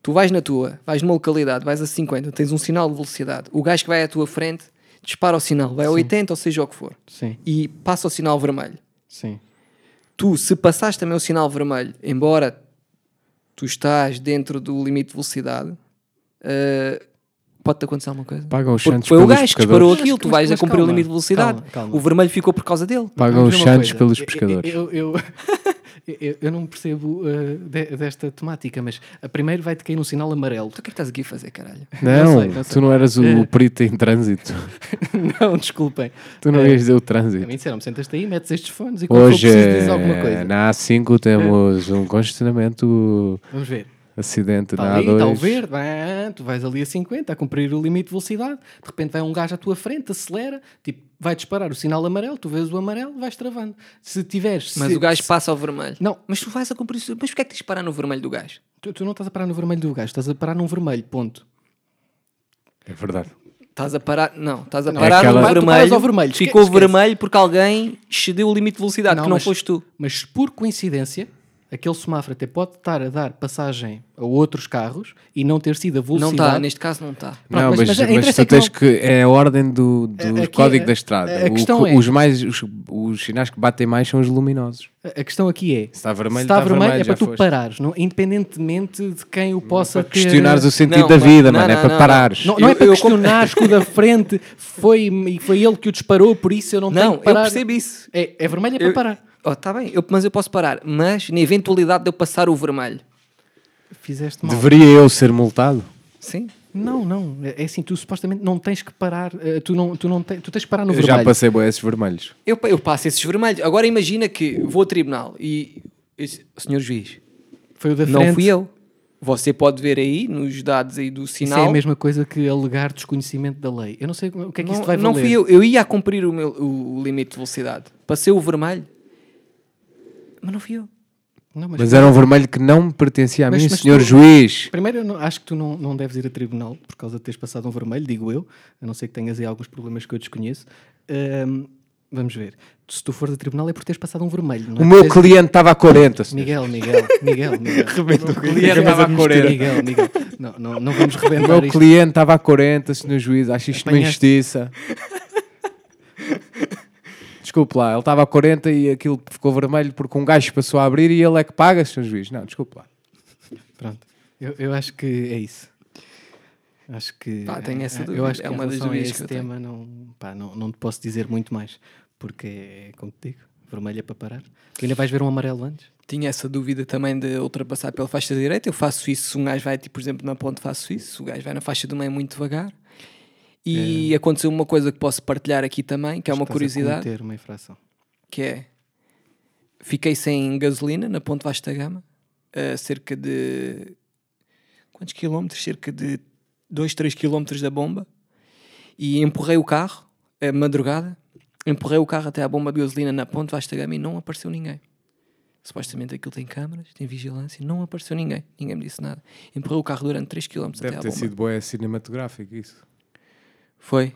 tu vais na tua, vais numa localidade, vais a 50, tens um sinal de velocidade, o gajo que vai à tua frente dispara o sinal, vai a 80 ou seja o que for, Sim, e passa o sinal vermelho. sim. Tu, se passaste também o sinal vermelho, embora tu estás dentro do limite de velocidade, eh, pode-te acontecer alguma coisa? Pagam os Porque Santos foi o pelos gajo que disparou pescadores. Mas- aquilo, tu mas- vais mas a cumprir calma, o limite de velocidade. calma, calma. O vermelho ficou por causa dele. Pagam Vamos os ver uma Santos coisa. pelos Eu- eu- pescadores. Eu, eu, eu- eu não percebo uh, de- desta temática, mas a primeiro vai-te cair um sinal amarelo. Tu o que é que estás aqui a fazer, caralho? Não, não sei, não sei. tu não eras o Eh. perito em trânsito. não, desculpem. Tu não Eh, ias dizer o A trânsito. mim disseram, sentas-te aí, metes estes fones e quando for Hoje, preciso dizes alguma eh, coisa. na A5, temos um congestionamento, Vamos ver. acidente Está na Tá ali, A2. está o verde, ah, tu vais ali a 50 a cumprir o limite de velocidade, de repente vai um gajo à tua frente, acelera, tipo, vai disparar o sinal amarelo, tu vês o amarelo, vais travando. Se tiveres... Mas se- o gajo se- passa ao vermelho. Não. Mas tu vais a cumprir isso. Mas porquê é que tens de parar no vermelho do gajo? Tu, tu não estás a parar no vermelho do gajo, estás a parar num vermelho, ponto. É verdade. Estás a parar. Não, estás a Não, parar é aquela- no Tu paras vermelho. ao vermelho, esque- Ficou esquece. vermelho porque alguém excedeu o limite de velocidade, que não mas- foste tu. Mas por coincidência, aquele semáforo até pode estar a dar passagem a outros carros e não ter sido a Não velocidade. está, neste caso não tá. está. tá Pronto, não, mas- mas, mas a mas interessa tu é que tens não- que, É a ordem do, do A- aqui código é- da a- estrada. a O questão que- é- os, mais, os, os sinais que batem mais são os luminosos. A a questão aqui é: está tá vermelho, se está está vermelho, vermelho, é para já tu foste. parares, não, independentemente de quem o possa ter. Questionares o sentido Não, da mas- vida, não, mano. não, é para não, parares. Não, não é Eu- para eu comp- questionares que o da frente foi, e foi ele que o disparou, por isso eu não, Não, tenho que parar. eu percebo isso. É, é vermelho é para Eu- parar. Oh, está bem, eu- mas eu posso parar. Mas na eventualidade de eu passar o vermelho. Fizeste mal. Deveria eu ser multado? Sim. Não, não. É é assim, tu supostamente não tens que parar. eh, Tu, não, tu, não te- tu tens que parar no Eu vermelho. já passei boa esses vermelhos. Eu, pa- eu passo esses vermelhos. Agora imagina que vou ao tribunal e. e se- Senhor juiz, Foi o da frente. não fui eu. Você pode ver aí nos dados aí do Isso sinal. é a mesma coisa que alegar desconhecimento da lei. Eu não sei como- o que é que não, isto vai não valer. fui eu. Eu ia a cumprir o, meu, o limite de velocidade. Passei o vermelho. Mas não fui eu. Não, mas, Mas era um vermelho que não me pertencia a Mas- mim, mas senhor tu- juiz. Primeiro, eu não- acho que tu não, não deves ir a tribunal por causa de teres passado um vermelho, digo eu, a não ser que tenhas aí alguns problemas que eu desconheço. Ahm, vamos ver. Se tu fores a tribunal é por teres passado um vermelho, não é? O meu Teres- cliente estava a 40. senhor. Miguel, Miguel, Miguel, Miguel. Rebentou Não, com isso. Estava a correr. Miguel, Miguel. Não, não, não vamos O rebentar meu isto. cliente estava a 40, senhor juiz. Acho isto uma Apanhaste- injustiça. Desculpe lá, ele estava a 40 e aquilo ficou vermelho porque um gajo passou a abrir e ele é que paga, senhor juiz. Não, desculpe lá. Pronto. Eu, eu acho que é isso. Acho que. Pá, tenho essa eu dúvida. acho que É em uma das relação a dúvidas esse que eu tema não, pá, não, não te posso dizer muito mais. Porque é como te digo, vermelho é para parar. Tu ainda vais ver um amarelo antes? Tinha essa dúvida também de ultrapassar pela faixa da direita. Eu faço isso se um gajo vai, tipo, por exemplo, na ponte, faço isso. Se o gajo vai na faixa do meio muito devagar. E aconteceu uma coisa que posso partilhar aqui também, que é uma É. Estás a curiosidade, cometer uma infração. que é fiquei sem gasolina na ponte Vasta Gama, a cerca de quantos quilómetros? Cerca de 2, 3 quilómetros da bomba. E empurrei o carro, a madrugada, empurrei o carro até à bomba de gasolina na ponte Vasta Gama e não apareceu ninguém. Supostamente aquilo tem câmaras, tem vigilância, não apareceu ninguém, ninguém me disse nada. Empurrei o carro durante 3 km até à Deve bomba. ter sido boé cinematográfico isso. Foi.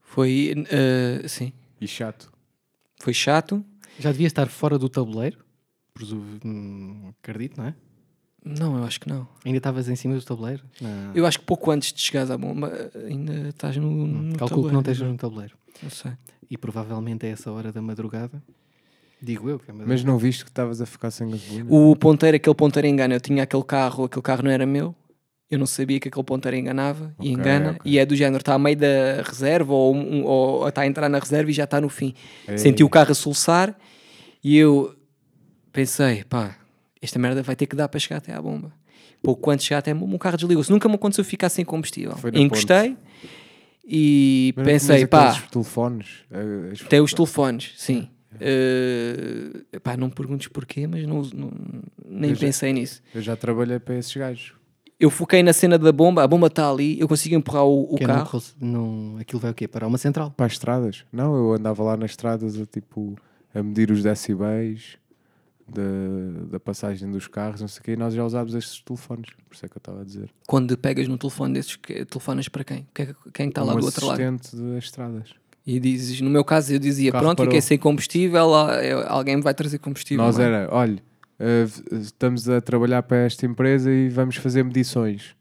Foi, eh, sim, E chato. foi chato. Já devia estar fora do tabuleiro. Presumo, hum, acredito, não é? Não, eu acho que não. Ainda estavas em cima do tabuleiro? Não. Uhum. Eu acho que pouco antes de chegares à bomba ainda estás no, Hum, no Calculo que tabuleiro, não estejas no tabuleiro. Não sei. E provavelmente é essa hora da madrugada. Digo eu que é madrugada. Mas não viste que estavas a ficar sem gasolina? O ponteiro, aquele ponteiro engana. Eu tinha aquele carro, aquele carro não era meu. Eu não sabia que aquele ponteiro enganava Ok, e engana. ok. E é do género, está a meio da reserva ou, um- ou está a entrar na reserva e já está no fim. Ei. Senti o carro a soluçar e eu pensei, pá, esta merda vai ter que dar para chegar até à bomba. Pouco antes chegar até à bomba, o carro desligou-se. Nunca me aconteceu ficar sem combustível. Foi na Encostei e Mas- pensei, mas pá... aqueles telefones. eh, as- Tem os telefones, sim. Eh, pá, não me perguntes porquê, mas não, não- nem Eu já- pensei nisso. Eu já trabalhei para esses gajos. Eu foquei na cena da bomba, a bomba está ali, eu consigo empurrar o, o Que é num carro. col- num- aquilo vai o quê? Para uma central. Para as estradas? Não, eu andava lá nas estradas a tipo a medir os decibéis da, da passagem dos carros, não sei o quê, e nós já usávamos estes telefones, por isso é que eu estava a dizer. Quando pegas num telefone desses, que, telefonas para quem? Quem quem está Tá lá um do outro lado? assistente das estradas. E dizes, no meu caso, eu dizia, Carro pronto, fiquei parou. sem combustível, ah, eu- alguém me vai trazer combustível. nós não é? era, olha, eh, v- estamos a trabalhar para esta empresa e vamos fazer medições.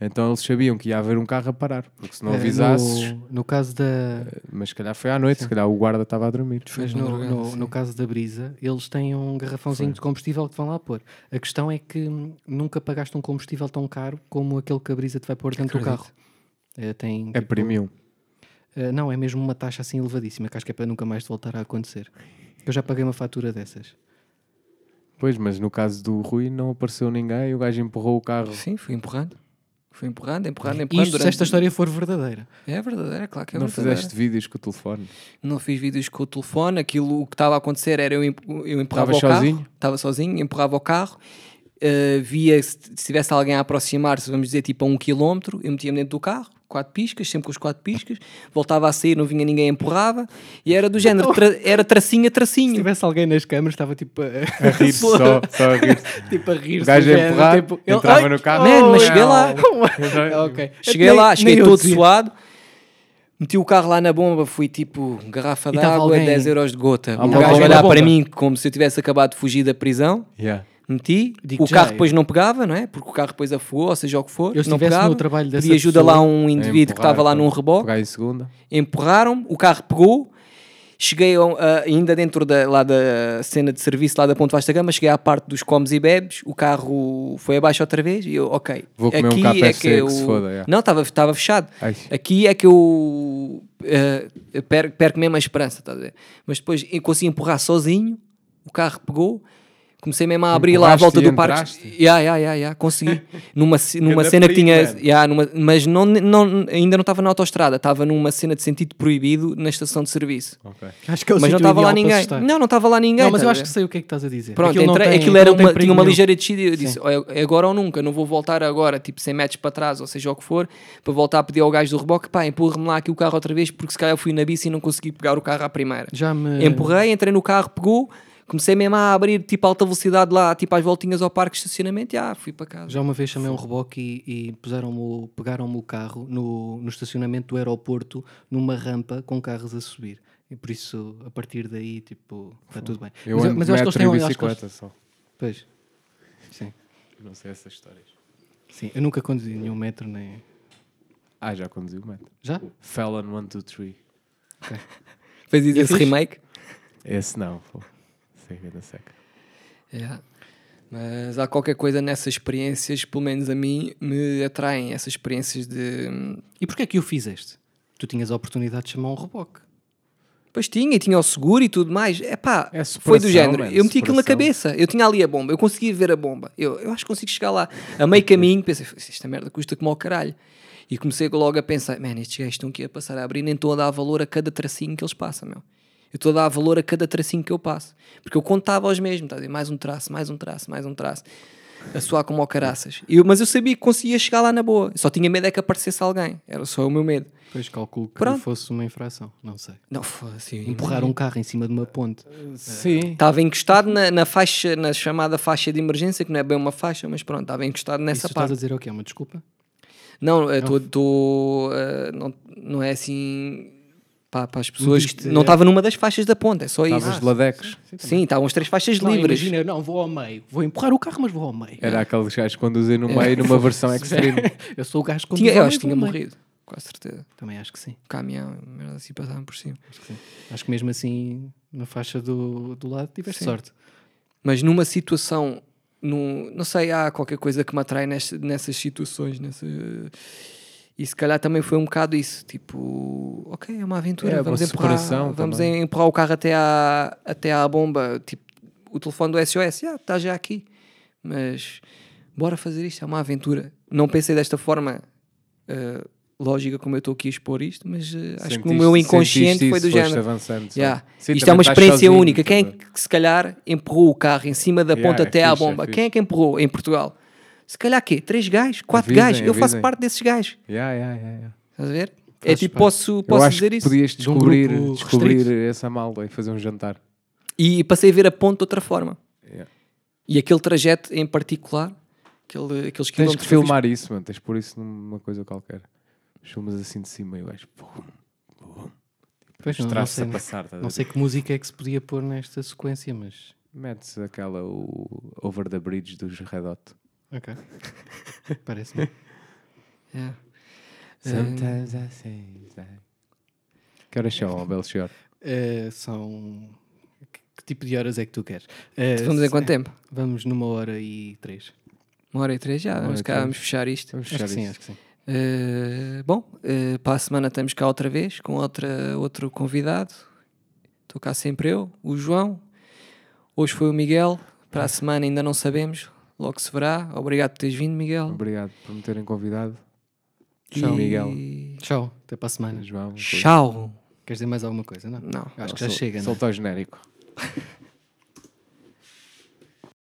Então eles sabiam que ia haver um carro a parar, porque se não Eh, É, Eh, avisasses, No, no caso da. mas se calhar foi à noite, se calhar o guarda estava a dormir. Foi Mas de no, madrugada, no, sim. no caso da brisa, eles têm um garrafãozinho de combustível que vão lá pôr. A questão é que hum, nunca pagaste um combustível tão caro como aquele que a brisa te vai pôr dentro do carro. Acredito. Eh, tem, É tipo, premium. eh, não, é mesmo uma taxa assim elevadíssima, que acho que é para nunca mais te voltar a acontecer. Eu já paguei uma fatura dessas. Pois, mas no caso do Rui não apareceu ninguém, o gajo empurrou o carro. Sim, fui empurrando. Fui empurrando, empurrando, Isto empurrando. se esta história for verdadeira. É verdadeiro, é claro que é não verdadeira. fizeste vídeos com o telefone. Não fiz vídeos com o telefone, aquilo o que estava a acontecer era eu, empu- eu empurrava Estavas o carro, sozinho? estava sozinho, empurrava o carro, eh, via se se tivesse alguém a aproximar-se, vamos dizer tipo a um quilómetro, eu metia-me dentro do carro, quatro piscas, sempre com os quatro piscas, voltava a sair, não vinha ninguém, empurrava, e era do género, tra- era tracinho a Se tracinho. tivesse alguém nas câmaras, estava tipo a, a rir só, só a rir. tipo a rir. O gajo a empurrar, tipo, entrava no carro. Man, mas cheguei lá. Não. Ok. Oh, Cheguei Nem- lá, nem cheguei eu todo dizia. suado. Meti o carro lá na bomba, fui tipo garrafa E tava d'água, alguém- 10 euros de gota. Ah, Um uma gajo bomba olhar na bomba. para mim como se eu tivesse acabado de fugir da prisão. Yeah. Meti, Digo o já, carro eu- depois não pegava, não é? Porque o carro depois afogou, ou seja o que for. Eu não estivesse pegava. no trabalho dessa Pedi ajuda pessoa, lá a um indivíduo que É empurrar, estava lá num reboque. Pegar em segunda. empurraram-me, o carro pegou, cheguei a um- a- ainda dentro da, lá da cena de serviço, lá da Ponte Vasta Gama, cheguei à parte dos comes e bebes, o carro foi abaixo outra vez e eu, ok. Vou comer um KFC, que se foda, é. Não, estava estava fechado. Ai. Aqui é que eu eh, per- perco mesmo a esperança, estás a ver? Mas depois eu consegui empurrar sozinho, o carro pegou, comecei mesmo a abrir lá a Empurraste volta e do parque. entraste? Ya, ya, ya, ya, consegui. numa ce- numa Ganda cena que tinha. perigo, mano. ya, numa- mas não, não, ainda não estava na autoestrada, estava numa cena de sentido proibido na estação de serviço. Ok. Acho que é o mas não sítio estava lá ideal para ninguém. assustar. Não, não estava lá ninguém. não, mas eu estás acho que a ver? sei o que é que estás a dizer. Pronto, não entrei, tem- aquilo era não tem uma, perigo tinha uma nenhum. ligeira descida e eu disse: "Olha, é agora ou nunca, não vou voltar agora, tipo 100 metros para trás, ou seja o que for, para voltar a pedir ao gajo do reboque, pá, empurra-me lá aqui o carro outra vez, porque se calhar eu fui na bici e não consegui pegar o carro à primeira. Já me... É. Empurrei, entrei no carro, pegou, comecei mesmo a abrir tipo alta velocidade lá, tipo às voltinhas ao parque de estacionamento e ah, fui para casa. Já uma vez chamei um reboque e, e puseram-me o- pegaram-me o carro no, no estacionamento do aeroporto numa rampa com carros a subir. E por isso, a partir daí, tipo, está tudo bem. Eu ando mas, metro em acho que eles- bicicleta só. Pois. Sim. Não sei essas histórias. Sim. Eu nunca conduzi nenhum metro nem. Ah, já conduzi o metro. Já? Felon 123. Fez E é esse fixe? remake. Esse não, pô. Sei que é da seca. Yeah. Mas há qualquer coisa nessas experiências, pelo menos a mim, me atraem essas experiências de. hum, E porquê é que o fizeste? Tu tinhas a oportunidade de chamar um reboque. Pois tinha, e tinha o seguro e tudo mais. Epá, É foi do superação, género. man, eu meti aquilo na superação. cabeça. Eu tinha ali a bomba, eu conseguia ver a bomba. Eu, eu acho que consigo chegar lá. A meio caminho, pensei, "Foda-se, esta merda custa como ao caralho. E comecei logo a pensar, man, estes gajos estão aqui a passar a abrir, nem estou a dar valor a cada tracinho que eles passam, meu. Eu estou a dar valor a cada tracinho que eu passo. Porque eu contava aos mesmos, tá a dizer, mais um traço, mais um traço, mais um traço. A suar como ao caraças. E eu- mas eu sabia que conseguia chegar lá na boa. Só tinha medo é que aparecesse alguém. Era só o meu medo. Pois calculo que Pronto. fosse uma infração. Não sei. Não, foda-se. Empurrar um carro em cima de uma ponte. Sim. Estava encostado na, na faixa, na chamada faixa de emergência, que não é bem uma faixa, mas pronto, estava encostado Isso nessa estás parte. a dizer é o quê? Uma desculpa? Não, eu tô- tô, eh, não, não é assim para as pessoas que. Metiste- Não estava numa das faixas da ponta, é só Estavas isso. de ladex. Sim, estavam as três faixas livres. Não, imagina, não, vou ao meio. Vou empurrar o carro, mas vou ao meio. É, Era aqueles gajos que conduzem no meio numa versão extreme. eu sou o gajo que Tinha, conduz ao eu acho meio, que tinha vou ao meio. morrido, com a certeza. Também acho que sim. O caminhão, merda assim, passavam por cima. Acho que mesmo assim, na faixa do, do lado, tiveste Sim. sorte. Mas numa situação, num, não sei, há qualquer coisa que me atrai nest- nessas situações. Nessa... E se calhar também foi um bocado isso. Tipo, ok, é uma aventura, É, uma vamos, empurrar, separação vamos também. empurrar o carro até à, até à bomba. Tipo, o telefone do SOS, já está já aqui. Mas bora fazer isto, é uma aventura. Não pensei desta forma. eh, Lógica, como eu estou aqui a expor isto, mas eh, acho que o Sentiste- meu sentiste inconsciente isso, foi do foste género. avançando, só. Yeah. Sim, Isto é também uma estás experiência sozinho, única. Quem é também. que se calhar empurrou o carro em cima da Yeah, ponta é até à fixe, é bomba? fixe. Quem é que empurrou em Portugal? Se calhar quê? Três gajos? Quatro Avisem, gajos? Eu faço avisem. parte desses gajos. Yeah, yeah, yeah, yeah. Estás a ver? é Fazes tipo, parte. posso, Eu posso acho dizer que isso. podias De um descobrir, grupo descobrir restrito. essa malda e fazer um jantar. E passei a ver a ponta de outra forma. Yeah. E aquele trajeto em particular, aquele, aqueles Tens quilómetros que que eu fiz- filmar isso, mano. Tens que pôr isso numa coisa qualquer. Os filmes assim de cima e o gajo. pum, pum. Pois, não, não Estraços sei, a passar. estás a não ver? sei que música é que se podia pôr nesta sequência, mas. Metes aquela o Over the Bridge dos Red Hot. Ok. Parece-me. Yeah. Sometimes I say that. Que horas são, Belchior? Eh, são. Que, que tipo de horas é que tu queres? Eh, Então Vamos É, em se- quanto tempo? Vamos numa hora e três. Uma hora e três já. hora Vamos, e cá, três. vamos fechar isto. Vamos Acho fechar que sim, isso. acho que sim. Eh, bom, eh, para a semana estamos cá outra vez com outra, outro convidado. Estou cá sempre eu, o João. Hoje foi o Miguel. Para É. a semana ainda não sabemos. Logo se verá. Obrigado por teres vindo, Miguel. Obrigado por me terem convidado. E- Tchau, Miguel. Tchau, até para a semana. João. Tchau. Queres dizer mais alguma coisa? Não. Não. Acho que já chega, não é? Soltou o genérico.